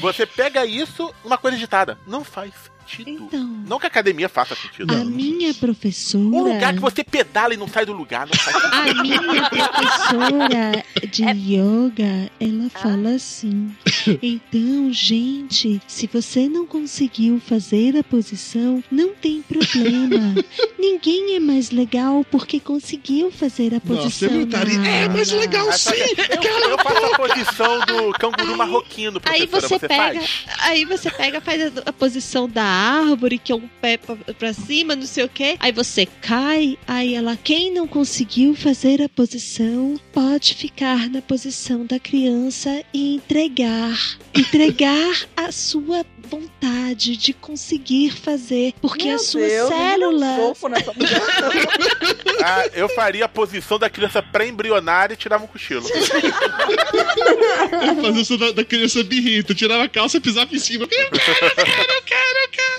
E: Você pega isso, uma coisa agitada. Não faz sentido. Não que a academia faça sentido.
B: Então, A minha professora.
E: Um lugar que você pedala e não sai do lugar, não faz
B: (laughs)
E: sentido.
B: A minha professora de yoga, ela fala assim. Então, gente, se você não conseguiu fazer a posição, não tem problema. Ninguém é mais legal porque conseguiu fazer a posição.
I: gritaria, "É mais
A: Ah.
I: legal
E: Aí faz-
I: sim,
E: Eu, eu faço a posição do canguru marroquino, professora.
B: Aí você, pega,
E: faz?
B: aí você pega, faz a, a posição da árvore, que é um pé pra, pra cima, não sei o quê. Aí você cai, aí ela, quem não conseguiu fazer a posição, pode ficar na posição da criança e entregar, entregar a sua vontade de conseguir fazer, porque
D: Meu
B: as suas
D: Deus, me dá um
B: células
D: sopro nessa mulher.
E: Ah, eu faria a posição da criança pré-embrionária e tirava
B: (laughs)
E: um cochilo.
A: Eu fazia isso da, da criança birrita, tirava a calça e pisava em cima.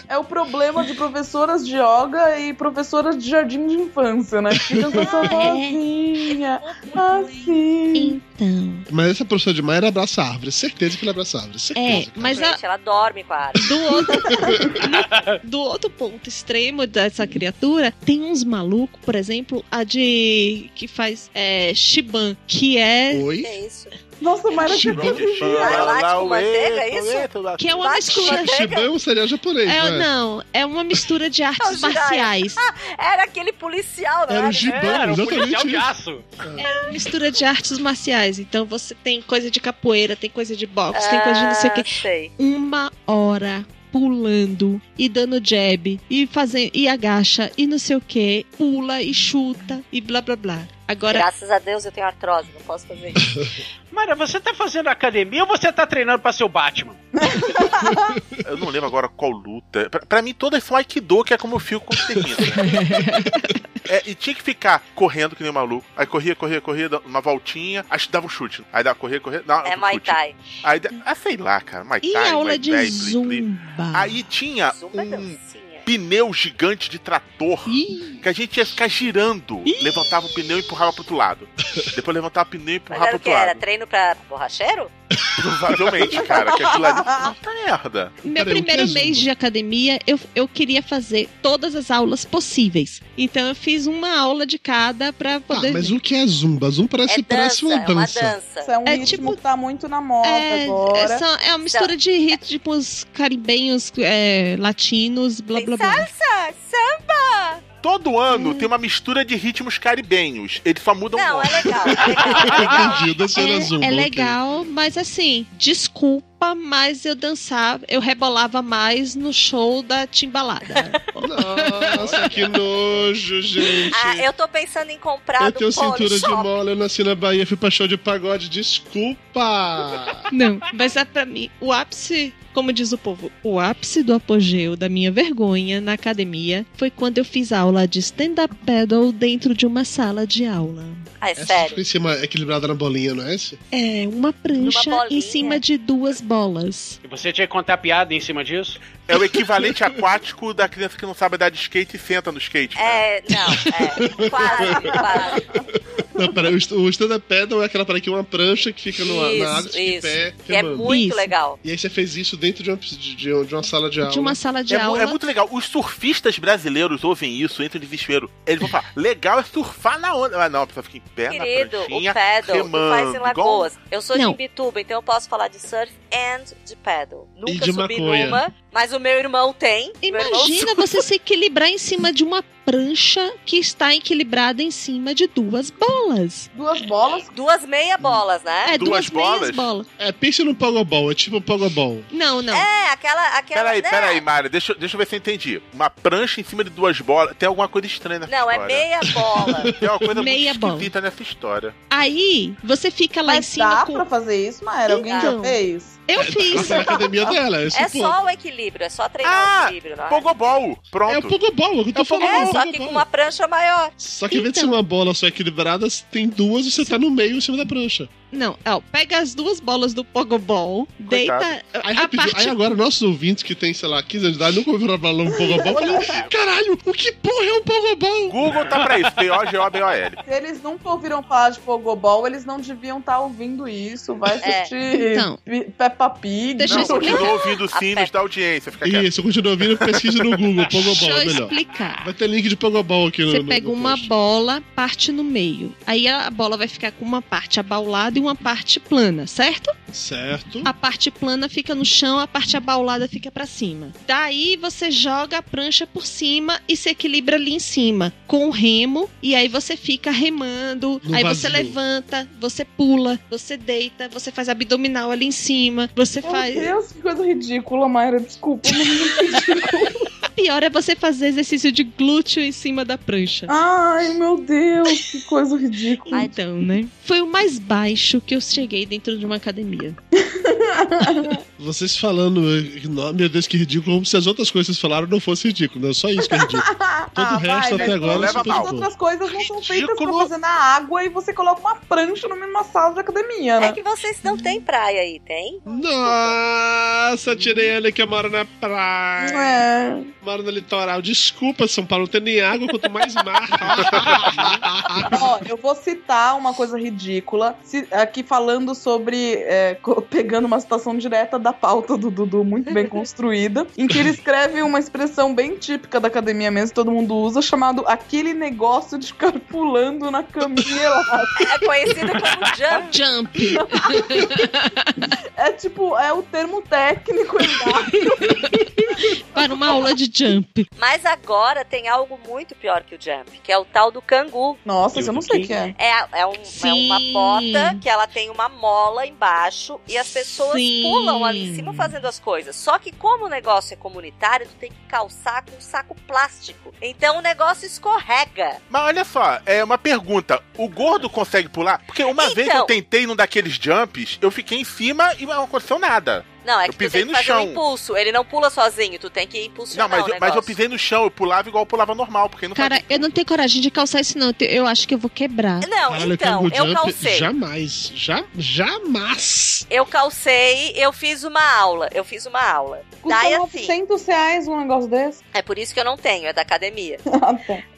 D: É o problema de professoras de yoga e professoras de jardim de infância, né? Ficam com
B: Ah,
D: essa
B: é.
D: vozinha, assim.
B: Então.
A: Mas essa professora de Maia era abraça a árvore, certeza que ela abraça a árvore, certeza.
B: é, mas
D: é.
C: Gente, ela dorme com a árvore.
B: Do outro, no- do outro ponto extremo dessa criatura, tem uns malucos, por exemplo, a de. que faz é, Shiban, que é.
A: Oi?
C: É isso.
D: Nossa, mas era
B: Tipo,
A: Shiban.
C: Chocolate com manteiga, é isso?
B: Que é uma
C: Chocolate com
B: mistura.
C: manteiga?
A: Shiban é um cereal japonês,
B: É,
A: né?
B: Não, é uma mistura de
C: É o
B: artes
C: Jiraiya.
B: marciais.
C: Era aquele policial, não
A: Era o
F: É,
C: Gibão,
A: Gibão, Era o exatamente policial de isso.
F: aço.
B: É uma mistura de artes marciais. Então você tem coisa de capoeira, tem coisa de boxe, tem coisa de não sei o quê.
C: Ah, É.
B: Uma hora pulando e dando jab e fazendo e agacha e não sei o que, pula e chuta e blá blá blá. Agora
C: Graças a Deus eu tenho artrose, não posso fazer isso.
F: Mara, você tá fazendo academia ou você tá treinando pra ser o Batman?
E: Eu não lembro agora qual luta. Pra, pra mim, todas são Aikido, que é como eu fico quando termina.
B: (laughs)
E: né? É, e tinha que ficar correndo que nem um maluco. Aí corria, corria, corria, dava uma voltinha, aí dava um chute. Aí dava, corria, corria, dava
C: É
E: um
C: Muay
E: chute.
C: Thai.
E: Aí, da- ah, sei lá, cara. Muay
B: E
E: Thai,
B: aula
E: Muay
B: de
E: Thai,
B: zumba?
E: Aí
A: Ah,
E: tinha
C: é
E: um pneu gigante de trator que a gente ia ficar girando. Levantava o pneu e empurrava pro outro lado. Depois levantava o pneu e
C: Mas
E: empurrava pro
C: era o que? é?
E: outro
C: Era tá?
E: lado.
C: treino pra borracheiro?
E: Provavelmente, cara, que aquilo ali.
C: (laughs)
E: Puta merda.
B: Meu primeiro
A: um.
B: mês de academia, eu, eu queria fazer todas as aulas possíveis. Então eu fiz uma aula de cada pra poder.
A: Ah, mas o que é zumba? Zumba parece, parece
C: é
A: uma dança.
D: Isso é um
B: É
D: ritmo que tá muito na moda agora.
B: é, só- é uma mistura de ritmos caribenhos, é, latinos, blá blá blá.
C: Salsa, samba!
E: Todo ano tem uma mistura de ritmos caribenhos. Eles só mudam
C: Não,
E: o nome.
C: é legal.
A: (laughs) Entendi, eu dançando
B: É,
A: azul.
B: é
A: ok.
B: legal, mas assim, desculpa, mas eu dançava, eu rebolava mais no show
A: (laughs)
B: da timbalada.
A: Nossa, que nojo, gente.
C: Ah, eu tô pensando em comprar
A: eu
C: do
A: tenho cintura de
C: Polishop.
A: mola, eu nasci na Bahia, fui pra show de pagode, desculpa!
B: Não, mas é pra mim o ápice, como diz o povo, o ápice do apogeu da minha vergonha na academia foi quando eu fiz aula de stand-up paddle dentro de uma sala de aula.
C: Ah, é
A: Essa
C: sério.
A: fica em cima equilibrada na bolinha, não é esse?
B: É uma prancha em cima de duas bolas.
F: E você tinha que contar piada em cima disso?
E: É o equivalente aquático da criança que não sabe andar de skate e senta no skate.
C: É, não, é. Quase, quase.
A: Não, pera, o st- o stand-up paddle é aquela parada que é uma prancha que fica no, na água, você
C: Isso,
A: fica em pé,
C: isso. Que é
A: remando.
C: muito legal.
A: E aí você fez isso dentro de uma, de, de- de uma sala de aula.
E: é, mu- É muito legal. Os surfistas brasileiros ouvem isso, entram em desespero. Eles vão falar: legal é surfar na onda. Mas não, a pessoa fica em pé
C: Querido,
E: na
C: o
E: pranchinha,
C: paddle tu
E: remando,
C: faz em Lagoas.
E: igual- um
C: Eu sou
B: Não.
C: de Imbituba, então eu posso falar de surf and de paddle. Nunca
A: de
C: subi
A: maconha.
C: numa. Mas o meu irmão tem. Meu irmão-
B: Imagina você se equilibrar em cima de uma prancha que está equilibrada em cima de duas bolas.
D: Duas bolas?
C: Duas meia bolas, né?
B: É, duas, meias bolas.
A: É, pensa no Pogobol, é tipo um Pogobol.
B: Não, não.
C: É, aquela. aquela
E: Peraí,
C: né?
E: peraí, Mário, deixa, eu- deixa eu ver se eu entendi. Uma prancha em cima de duas bolas. Tem alguma coisa estranha nessa
C: Não, é
E: história.
C: meia bola.
E: (laughs) Tem uma coisa
B: Meia
E: muito
B: bola.
E: esquisita nessa história.
B: Aí você fica lá em cima.
D: dá
B: com... Então.
D: pra fazer isso, Mayra? Alguém já fez?
B: Eu fiz.
A: Essa é tipo a academia dela, esse
C: (laughs) É
A: ponto.
C: só o equilíbrio, é só treinar
E: Ah,
C: o equilíbrio, não é?
E: Pogobol, pronto.
A: É o Pogobol, é o que eu tô falando.
C: É,
A: é o
C: só que
A: Pogobol.
C: com uma prancha maior.
A: Só que em vez de ser uma bola só equilibrada, tem duas e você tá no meio em cima da prancha.
B: Não, ó, pega as duas bolas do Pogobol, deita.
A: Aí,
B: a
A: rapidinho,
B: parte-
A: aí agora nossos ouvintes que tem, sei lá, 15 anos de idade nunca ouviram falar um
C: (laughs)
A: Pogobol. Olha, caralho, o que porra é um Pogobol?
E: Google tá pra isso, P-O-G-O-B-O-L.
D: Se eles nunca ouviram falar de Pogobol, eles não deviam estar ouvindo isso. Vai
C: É.
D: assistir
C: Então.
D: Pe- Peppa Pig.
E: Não, continua ouvindo os sinos da audiência, fica quieto.
A: Isso, continua ouvindo, pesquisa no Google, Pogobol,
B: Deixa eu
A: é melhor.
B: explicar.
A: Vai ter link de Pogobol aqui
B: Você
A: no,
B: pega
A: no,
B: uma bola, parte no meio. Aí a bola vai ficar com uma parte abaulada e uma parte plana, certo?
A: Certo.
B: A parte plana fica no chão, a parte abaulada fica pra cima. Daí você joga a prancha por cima e se equilibra ali em cima com o remo e aí você fica remando.
I: No
B: aí
I: vazio.
B: você levanta, você pula, você deita, você faz abdominal ali em cima, você
D: Meu
B: faz
D: Deus, que coisa ridícula, Mayra. Desculpa.
B: A pior é você fazer exercício de glúteo em cima da prancha.
D: Ai, meu Deus, que coisa ridícula. (laughs)
B: Então, né? Foi o mais baixo que eu cheguei dentro de uma academia.
A: Vocês falando, eh, meu Deus, que ridículo, como se as outras coisas que vocês falaram não fossem ridículo, não, só isso que é
B: (laughs)
A: ridículo. Todo o resto até agora é
D: Leva
A: super
D: as
A: de boa.
D: outras coisas não são feitas pra fazer na água e você coloca uma prancha no mesmo sala da academia, né?
C: É que vocês não têm praia aí, tem?
A: Nossa, tirei ela que eu moro na praia.
D: É.
A: Moro no litoral. Desculpa, São Paulo, não tem nem água, quanto mais
E: (laughs)
A: mar.
D: Ó, eu vou citar uma coisa ridícula se- aqui falando sobre é, co- pegando uma citação direta da pauta do Dudu, muito bem construída, em que ele escreve uma expressão bem típica da academia mesmo, todo mundo usa, chamado aquele negócio de ficar pulando na caminha elástica.
C: É conhecido como
B: (laughs)
C: jump.
B: Jump.
D: É tipo, é o termo técnico exato.
B: Para uma aula de jump.
C: Mas agora tem algo muito pior que o jump, que é o tal do cangu.
D: (laughs) Nossa, isso eu não sei o que é.
C: É, a- é, um- é uma bota que ela tem uma mola embaixo e as pessoas
D: Sim.
C: pulam ali em cima fazendo as coisas. Só que como o negócio é comunitário, tu tem que calçar com um saco plástico. Então o negócio escorrega.
E: Mas olha só, é uma pergunta. O gordo consegue pular? Porque uma vez que
C: Então.
E: eu tentei num daqueles jumps, eu fiquei em cima e não aconteceu nada.
C: Não, é
E: eu
C: que tu tem que fazer um impulso. Ele não pula sozinho, tu tem que impulsionar
E: Não, mas,
C: o
E: eu, mas eu
C: é um negócio.
E: pisei no chão, eu pulava igual eu pulava normal, porque não
B: Cara, eu não tenho coragem de calçar isso, não. Eu te- Eu acho que eu vou quebrar.
C: Não, então, eu calcei.
A: Jamais, já, jamais.
C: Eu calcei, eu fiz uma aula. Eu fiz uma aula.
D: Custa
C: Daí assim.
D: 900 reais um negócio desse. (laughs) Ah, tá.
C: É por isso que eu não tenho, é da academia.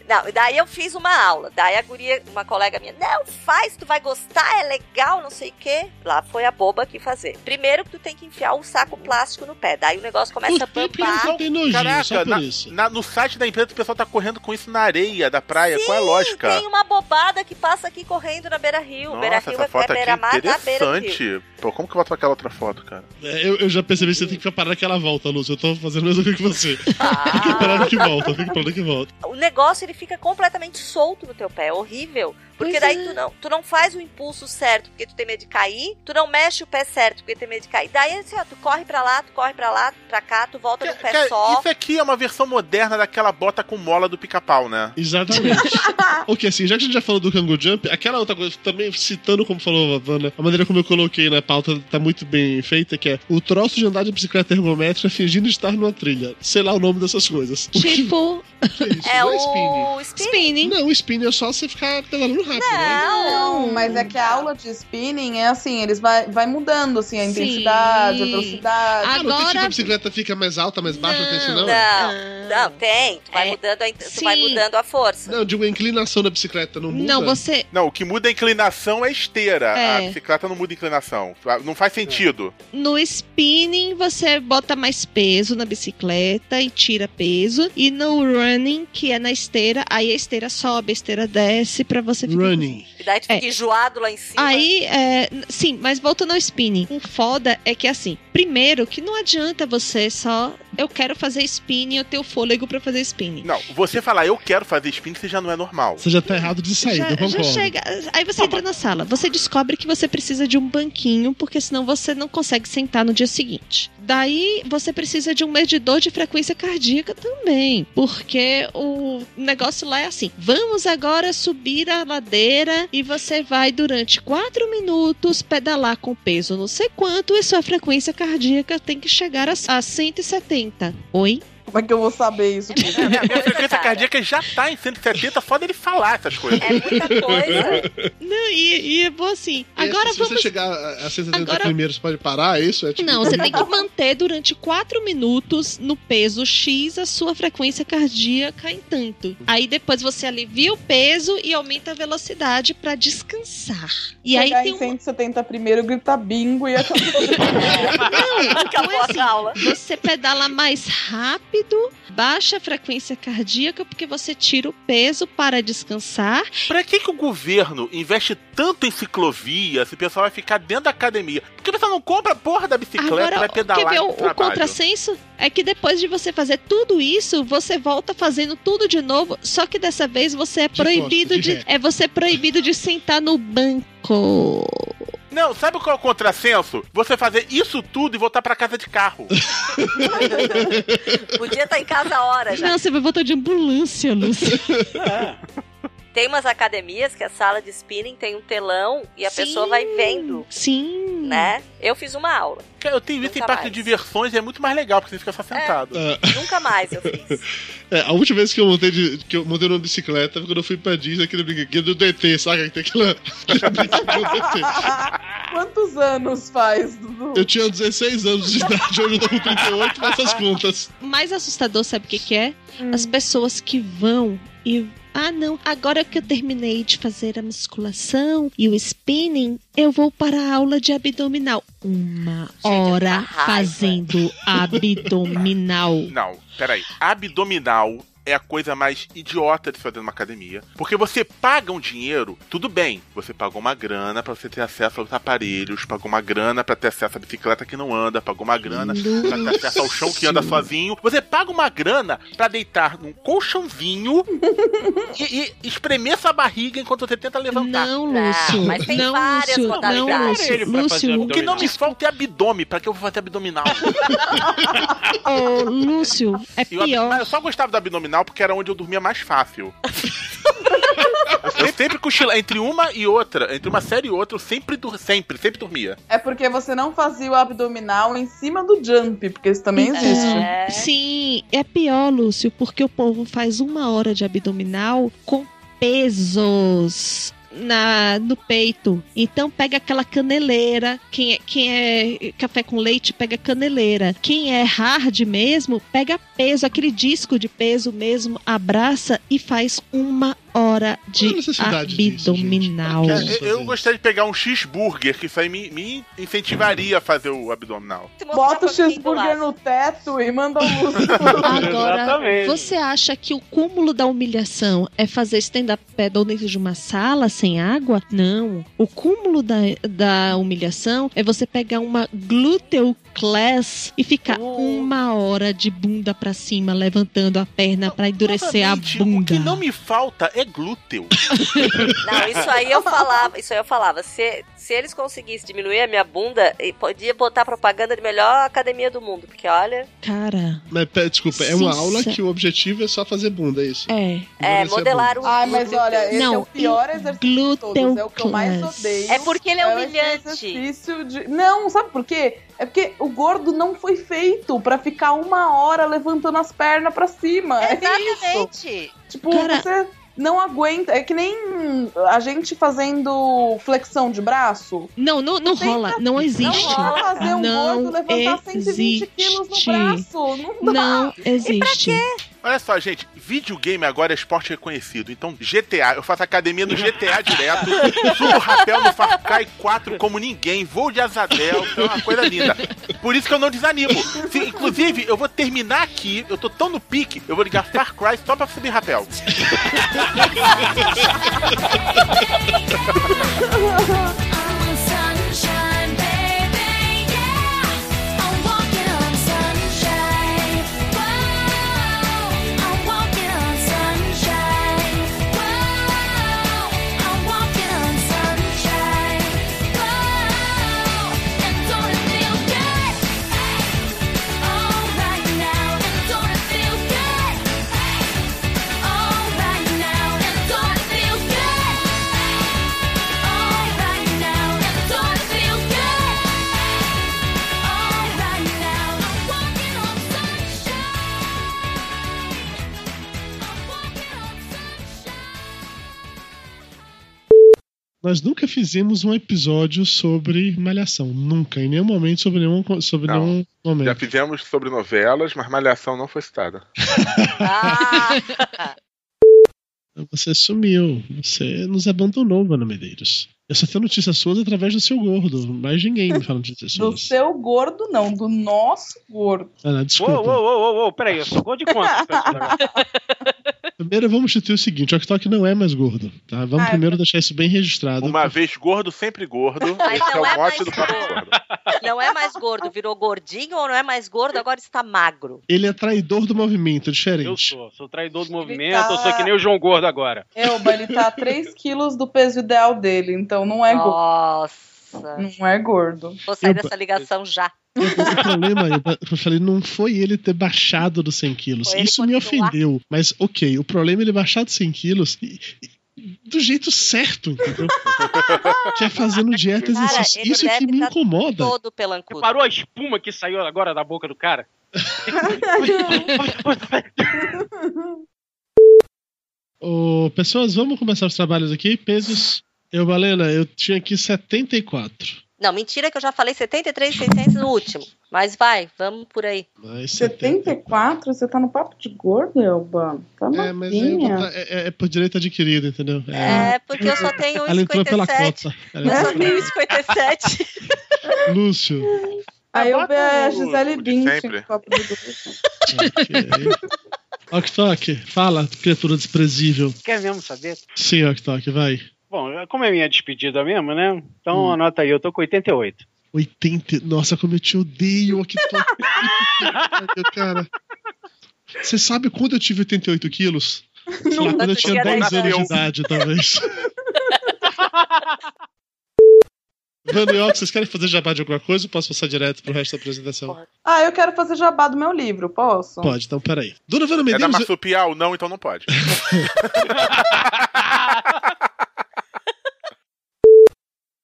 C: Não, e daí eu fiz uma aula. Daí a guria, uma colega minha, não, faz, tu vai gostar, é legal, não sei o quê. Lá foi a boba que fazer. Primeiro que tu tem que enfiar o saco plástico no pé. Daí o negócio
E: (laughs)
C: começa
E: é
C: a
B: Tá.
E: Não,
C: pampar.
E: Caraca,
A: é um só por
E: na-
A: isso.
E: na- no site da empresa o pessoal tá correndo com isso na areia da praia. Qual é a lógica?
C: Tem uma bobada que passa aqui correndo na beira rio. Beira
E: Nossa,
C: rio
E: essa
C: é, é
E: foto
C: beira
E: aqui é
C: mar da beira rio.
E: interessante. (laughs) Pô, como que eu boto aquela outra foto, cara?
A: É, Eu, eu já percebi que você tem que ficar parado naquela volta, Lúcio. Eu tô fazendo a mesma coisa que você.
E: Ah.
C: Ah.
A: Fica parado que volta, fica parado que volta.
C: O negócio ele fica completamente solto no teu pé, é horrível. Porque
B: Pois
C: daí
B: é.
C: tu não, tu não faz o impulso certo porque tu tem medo de cair, tu não mexe o pé certo porque tem medo de cair. Daí assim, ó, tu corre pra lá, tu corre pra lá, pra cá, tu volta no pé
E: Cara,
C: só.
E: isso aqui é uma versão moderna daquela bota com mola do pica-pau, né?
B: (laughs)
A: Exatamente. ok, assim, já que a gente já falou do Kangoo Jump, aquela outra coisa, também citando como falou a Vanna, a maneira como eu coloquei na pauta tá muito bem feita, que é o troço de andar de bicicleta ergométrica fingindo estar numa trilha. Sei lá o nome dessas coisas. O que-
B: Tipo,
C: É
A: Não
C: o
B: spinning.
A: Não, o spinning é só você ficar pedalando rápido. né?
D: Não, mas é que
B: tá.
D: a aula de spinning é assim, eles vai, vai mudando assim, a intensidade, a velocidade.
A: Ah, não tem tipo a bicicleta fica mais alta, mais baixa, não tem isso não?
B: É.
C: Não, não, tem. Tu vai, mudando a, in- tu vai mudando a força.
A: Não, eu digo a inclinação da bicicleta, é não muda?
E: Não, o que muda a inclinação é a esteira.
B: É.
E: A bicicleta não muda a inclinação. Não faz sentido.
B: No spinning você bota mais peso na bicicleta e tira peso. E no running, que é na esteira, aí a esteira sobe, a esteira desce pra você ficar.
A: Running.
C: Daí tu fica enjoado lá em cima.
B: É. Aí, é, n- sim, mas voltando ao spinning. O foda é que, assim, primeiro, que não adianta você só. Eu quero fazer spinning, eu tenho fôlego pra fazer spinning.
E: Não, você falar eu quero fazer spin, você já não é normal. (laughs)
A: Você já tá errado de saída, eu
B: já, já
A: concordo.
B: chega. Aí você entra na sala, você descobre que você precisa de um banquinho, porque senão você não consegue sentar no dia seguinte. Daí você precisa de um medidor de frequência cardíaca também, porque o negócio lá é assim: vamos agora subir a ladeira e você vai durante quatro minutos pedalar com peso não sei quanto e sua frequência cardíaca tem que chegar a, a 170. Oi?
D: Como é que eu vou saber isso?
E: A frequência cardíaca já tá em 170, só dele falar essas coisas.
C: É muita
B: (laughs)
A: coisa.
B: É, Não, e, e é bom assim.
A: E
B: Agora
A: se
B: vamos.
A: você chegar a a 170
B: Agora-
A: primeiro, você pode parar, é isso? É tipo-
B: Não, você tá tem que manter durante 4 minutos no peso X a sua frequência cardíaca em tanto. Aí depois você alivia o peso e aumenta a velocidade pra descansar. E aí
D: Chegar
B: tem
D: em
B: um
D: 170 primeiro, grita bingo e
B: (laughs)
D: acabou.
B: Então é assim, você pedala mais rápido, baixa a frequência cardíaca porque você tira o peso para descansar.
E: Pra que, que o governo investe tanto em ciclovia se o pessoal vai ficar dentro da academia? Porque o pessoal não compra a porra da bicicleta
B: Agora,
E: vai
B: quer
E: pedalar
B: ver
E: no
B: o, o
E: trabalho.
B: contrassenso? É que depois de você fazer tudo isso, você volta fazendo tudo de novo, só que dessa vez você é proibido
E: costas, de
B: de,
E: ré.
B: é você é proibido de sentar no banco.
E: Não, sabe qual é o contrassenso? Você fazer isso tudo e voltar pra casa
B: (laughs)
E: de carro.
C: Podia estar em casa a hora já.
B: Não, você vai voltar de ambulância, Lúcia.
F: É.
C: Tem umas academias que a sala de spinning tem um telão e a
B: Sim.
C: pessoa vai vendo,
B: Sim.
C: né? Eu fiz uma aula.
E: Eu tenho visto em
C: Nunca
E: parque de
C: mais.
E: diversões e é muito mais legal, porque você fica só sentado.
C: Nunca mais eu fiz.
A: É, a última vez que eu montei, de, que eu montei numa bicicleta foi quando eu fui pra Disney, aquele brinquedo do DT, saca? Que tem aquela... (laughs)
D: Quantos anos faz, Dudu?
A: Eu tinha 16 anos de idade, hoje eu tô com 38, faço as contas.
B: mais assustador, sabe o que, que é?
C: Hum.
B: As pessoas que vão e. Ah, não, agora que eu terminei de fazer a musculação e o spinning, eu vou para a aula de abdominal. Uma hora fazendo
C: (laughs)
B: abdominal.
E: Não, peraí. Abdominal é a coisa mais idiota de se fazer numa academia. Porque você paga um dinheiro, tudo bem. Você pagou uma grana pra você ter acesso aos aparelhos, pagou uma grana pra ter acesso à bicicleta que não anda, pagou uma grana pra ter acesso ao chão que anda sozinho. Você paga uma grana pra deitar num colchãozinho e, e espremer sua barriga enquanto você tenta levantar.
B: Não, Lúcio.
C: mas tem Não, várias Lúcio. Não, modalidades. Lúcio.
B: Lúcio.
E: O que não me falta é abdômen, pra que eu vou fazer abdominal?
B: Ô, Lúcio, é
E: E o ab-
B: pior.
E: mas eu só gostava do abdominal porque era onde eu dormia mais
B: (laughs)
E: fácil. eu sempre cochilava. Entre uma e outra, entre uma série e outra, eu sempre, dur- sempre, sempre dormia.
D: É porque você não fazia o abdominal em cima do jump, porque (laughs) isso também existe.
C: É.
B: Sim, é pior, Lúcio, porque o povo faz uma hora de abdominal com pesos na no peito. Então pega aquela caneleira. Quem é, quem é café com leite pega caneleira. Quem é hard mesmo pega peso, aquele disco de peso mesmo, abraça e faz uma hora de abdominal.
E: Eu- Eu, gostaria de pegar um cheeseburger, que isso aí me, me incentivaria a fazer o abdominal.
C: um
D: Bota o cheeseburger no teto e manda
B: (laughs)
D: o Lúcio.
B: Agora, você acha que o cúmulo da humilhação é fazer stand-up paddle dentro de uma sala sem água? Não. O cúmulo da, da humilhação é você pegar uma glúteo class e ficar uma hora de bunda pra cima, levantando a perna pra endurecer a
E: Novamente, O que
B: bunda.
E: não me falta é glúteo.
C: Não, isso aí
D: (laughs)
C: eu falava, isso aí eu falava. Se, se eles conseguissem diminuir a minha bunda, e podia botar propaganda de melhor academia do mundo, porque olha,
B: Cara.
A: Mas, pera, desculpa, é uma
B: Sincer-
A: aula que o objetivo é só fazer bunda, é isso?
B: É.
C: é modelar o
D: Ai, mas olha, esse é
B: Não,
D: o pior exercício de todos. É o que eu mais
B: glúteo
D: odeio.
C: É porque ele é
D: esse
C: humilhante.
D: exercício de... Não, sabe por quê? É porque o gordo não foi feito pra ficar uma hora levantando as pernas pra cima. É isso.
C: Exatamente.
D: Tipo, você não aguenta. É que nem a gente fazendo flexão de braço.
B: Não, não, não rola, não existe.
D: Não rola fazer um
B: Não
D: gordo levantar 120 quilos no
B: existe.
D: braço. Não dá.
B: Não existe.
E: Olha só, gente, videogame agora é esporte reconhecido. Então, GTA, eu faço academia no GTA direto, subo rapel no Far Cry 4 como ninguém, vou de Azadel, é uma coisa linda. Por isso que eu não desanimo. Se- inclusive, eu vou terminar aqui, eu tô tão no pique, eu vou ligar Far Cry só pra subir rapel.
A: Nós nunca fizemos um episódio sobre Malhação. Nunca, em nenhum momento, sobre nenhum, co- sobre
E: Não.
A: nenhum momento.
E: Já fizemos sobre novelas, mas Malhação não foi citada.
C: Ah,
A: Você sumiu. Você nos abandonou, Vana Medeiros. Eu só tenho notícias suas através do seu gordo. Mais ninguém me fala notícias
D: Do
A: suas.
D: seu gordo, não, do nosso gordo.
A: Ah, não,
F: Uou,
A: desculpa.
F: uou, uou, uou, uou, peraí, eu sou gol de quanto?
A: Primeiro vamos instituir o seguinte: o Oktok não é mais gordo. Tá? Vamos
E: Ah,
A: primeiro deixar isso bem registrado.
E: Uma vez gordo, sempre gordo.
C: Mas
E: Esse é
C: não é
E: o mote
C: mais
E: do papo
C: gordo.
E: gordo.
C: Não é mais gordo, virou gordinho ou não é mais gordo, agora está magro.
A: Ele é traidor do movimento, é
F: Eu
A: diferente.
F: sou, sou traidor do movimento, eu sou que nem o João Gordo agora.
D: Elba, ele tá
A: (laughs)
D: a 3 quilos do peso ideal dele, então não é
C: gordo.
D: Nossa. Não é gordo.
C: Vou sair
A: Elba.
C: dessa ligação já.
A: O problema, eu- eu falei, não foi ele ter baixado dos 100 quilos.
C: Foi ele
A: Isso me
C: continuar.
A: ofendeu. Mas, ok, o problema é ele baixar dos 100 quilos e- e- do jeito certo, entendeu? que é fazendo dieta e
F: Cara,
A: exercício.
F: ele
A: Isso é que
F: deve
A: me
F: tá
A: incomoda.
F: todo
C: pelancudo.
F: Parou a espuma que saiu agora da boca do cara?
A: Ô, pessoas, vamos começar os trabalhos aqui. Pesos. Eu, Valena, eu tinha aqui 74.
C: Não, mentira que eu já falei 73,600 no último. Mas vai, vamos por aí.
A: Mas
D: 74? Você tá no papo de gordo, Elba? Tá
A: É, mas aí eu vou
D: magrinha.
A: tá- é, é- é por direito adquirido, entendeu?
C: É, porque eu só tenho
A: Ela entrou pela
C: 1,57.
A: cota. Ela
C: Eu só
A: entrou
C: tenho
A: (laughs)
C: 1,57.
A: pela- Lúcio.
D: A Elba é a
A: Ah, o-
D: Gisele
A: o de
D: Bündchen
A: sempre.
D: no papo de gordo.
A: Oktok, fala, criatura desprezível.
F: Quer mesmo saber?
A: Sim, Oktok, vai.
F: Bom, como é minha despedida mesmo, né? Então
A: Hum.
F: anota aí, eu tô com 88.
A: 80. Nossa, como eu te odeio, Oktok. cara. Você sabe quando eu tive 88 quilos? Sei lá,
I: Nunca,
A: quando eu
I: tu
A: tinha
I: tinha
A: 10
I: dez
A: anos de
I: anos.
A: idade, talvez. Vando e Ox, vocês querem fazer jabá de alguma coisa ou posso passar direto pro resto da apresentação?
D: Ah, eu quero fazer jabá do meu livro, posso?
A: Pode, então peraí. Dona Vanda
E: É da
A: Medeiros.
E: marsupial? Não, então não pode.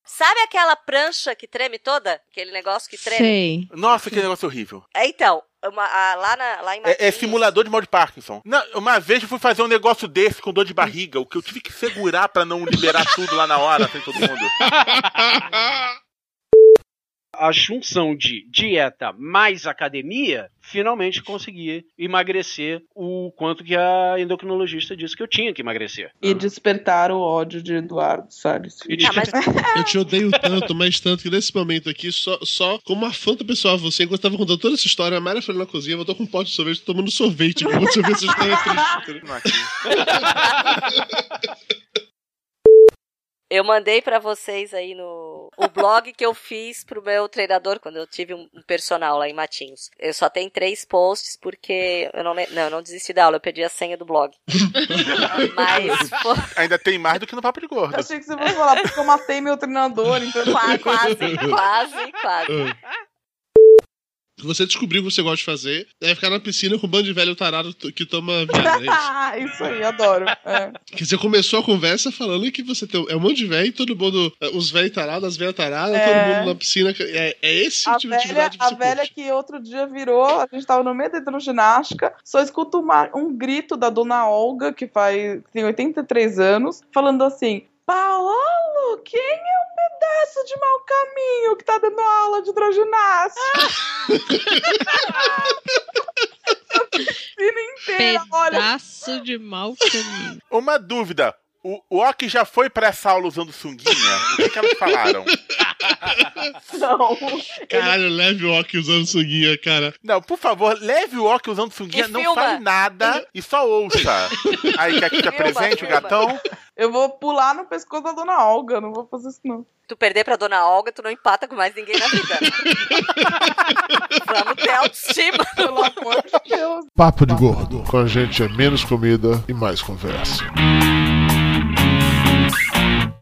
C: Sabe aquela prancha que treme toda? Aquele negócio que treme?
E: Nossa, que negócio horrível.
C: É, Então, uma- a- lá, na, lá em
E: É, é simulador de mal de Parkinson. Não, uma vez eu fui fazer um negócio desse com dor de barriga, o que eu tive que segurar pra não liberar (laughs) tudo lá na hora, sem todo mundo.
F: A junção de dieta mais academia, finalmente consegui emagrecer o quanto que a endocrinologista disse que eu tinha que emagrecer.
D: E despertar o ódio de Eduardo Salles. Filho.
A: Eu te odeio tanto, mas tanto que nesse momento aqui, só, só como afronta pessoal a você, enquanto eu tava contando toda essa história, a Mara foi na cozinha, voltou com um pote de sorvete, tomando sorvete. Enquanto você vê essa história triste. entendeu?
C: Eu mandei pra vocês aí no o blog que eu fiz pro meu treinador quando eu tive um um personal lá em Matinhos. Eu só tenho três posts porque eu não, le- não, eu não desisti da aula, eu perdi a senha
A: (laughs)
C: do blog. Mas foi-
E: Ainda tem mais do que no papo de gordo.
D: Achei que você fosse falar porque eu matei meu treinador, então...
C: Quase, quase, quase.
A: Você descobriu o que você gosta de fazer, é ficar na piscina com um bando de velho tarado t- que toma viada. é isso.
D: (laughs) Ah, isso aí, adoro. É.
A: Quer dizer, começou a conversa falando que você tem, é um monte de velho, todo mundo, é, os velhos tarados, as velhas taradas,
D: É.
A: todo mundo na piscina. É, é esse
D: A
A: o tipo de
D: velha,
A: atividade que
D: a
A: você
D: velha que outro dia virou, a gente tava no meio da hidroginástica, só escuto uma- um grito da dona Olga, que faz, tem 83 anos, falando assim: Paolo, quem é o pedaço de mau caminho que tá dando aula de
A: (laughs)
D: hidroginástica? A piscina
B: Pedaço de mau caminho.
E: Uma dúvida. O, o Oki já foi pra sala usando sunguinha? O que, que elas falaram?
D: Não.
A: Caralho, leve o Oki usando sunguinha, cara.
E: Não, por favor, leve o Oki usando sunguinha,
D: E
E: não
D: filma.
E: fale nada e só ouça. Aí quer que te apresente o gatão?
D: Eu vou pular no pescoço da dona Olga, não vou fazer isso não.
C: Tu perder pra dona Olga, tu não empata com mais ninguém na vida. Vamos ter autoestima.
D: Pelo amor de Deus.
J: Papo de Gordo. Com a gente é menos comida e mais conversa.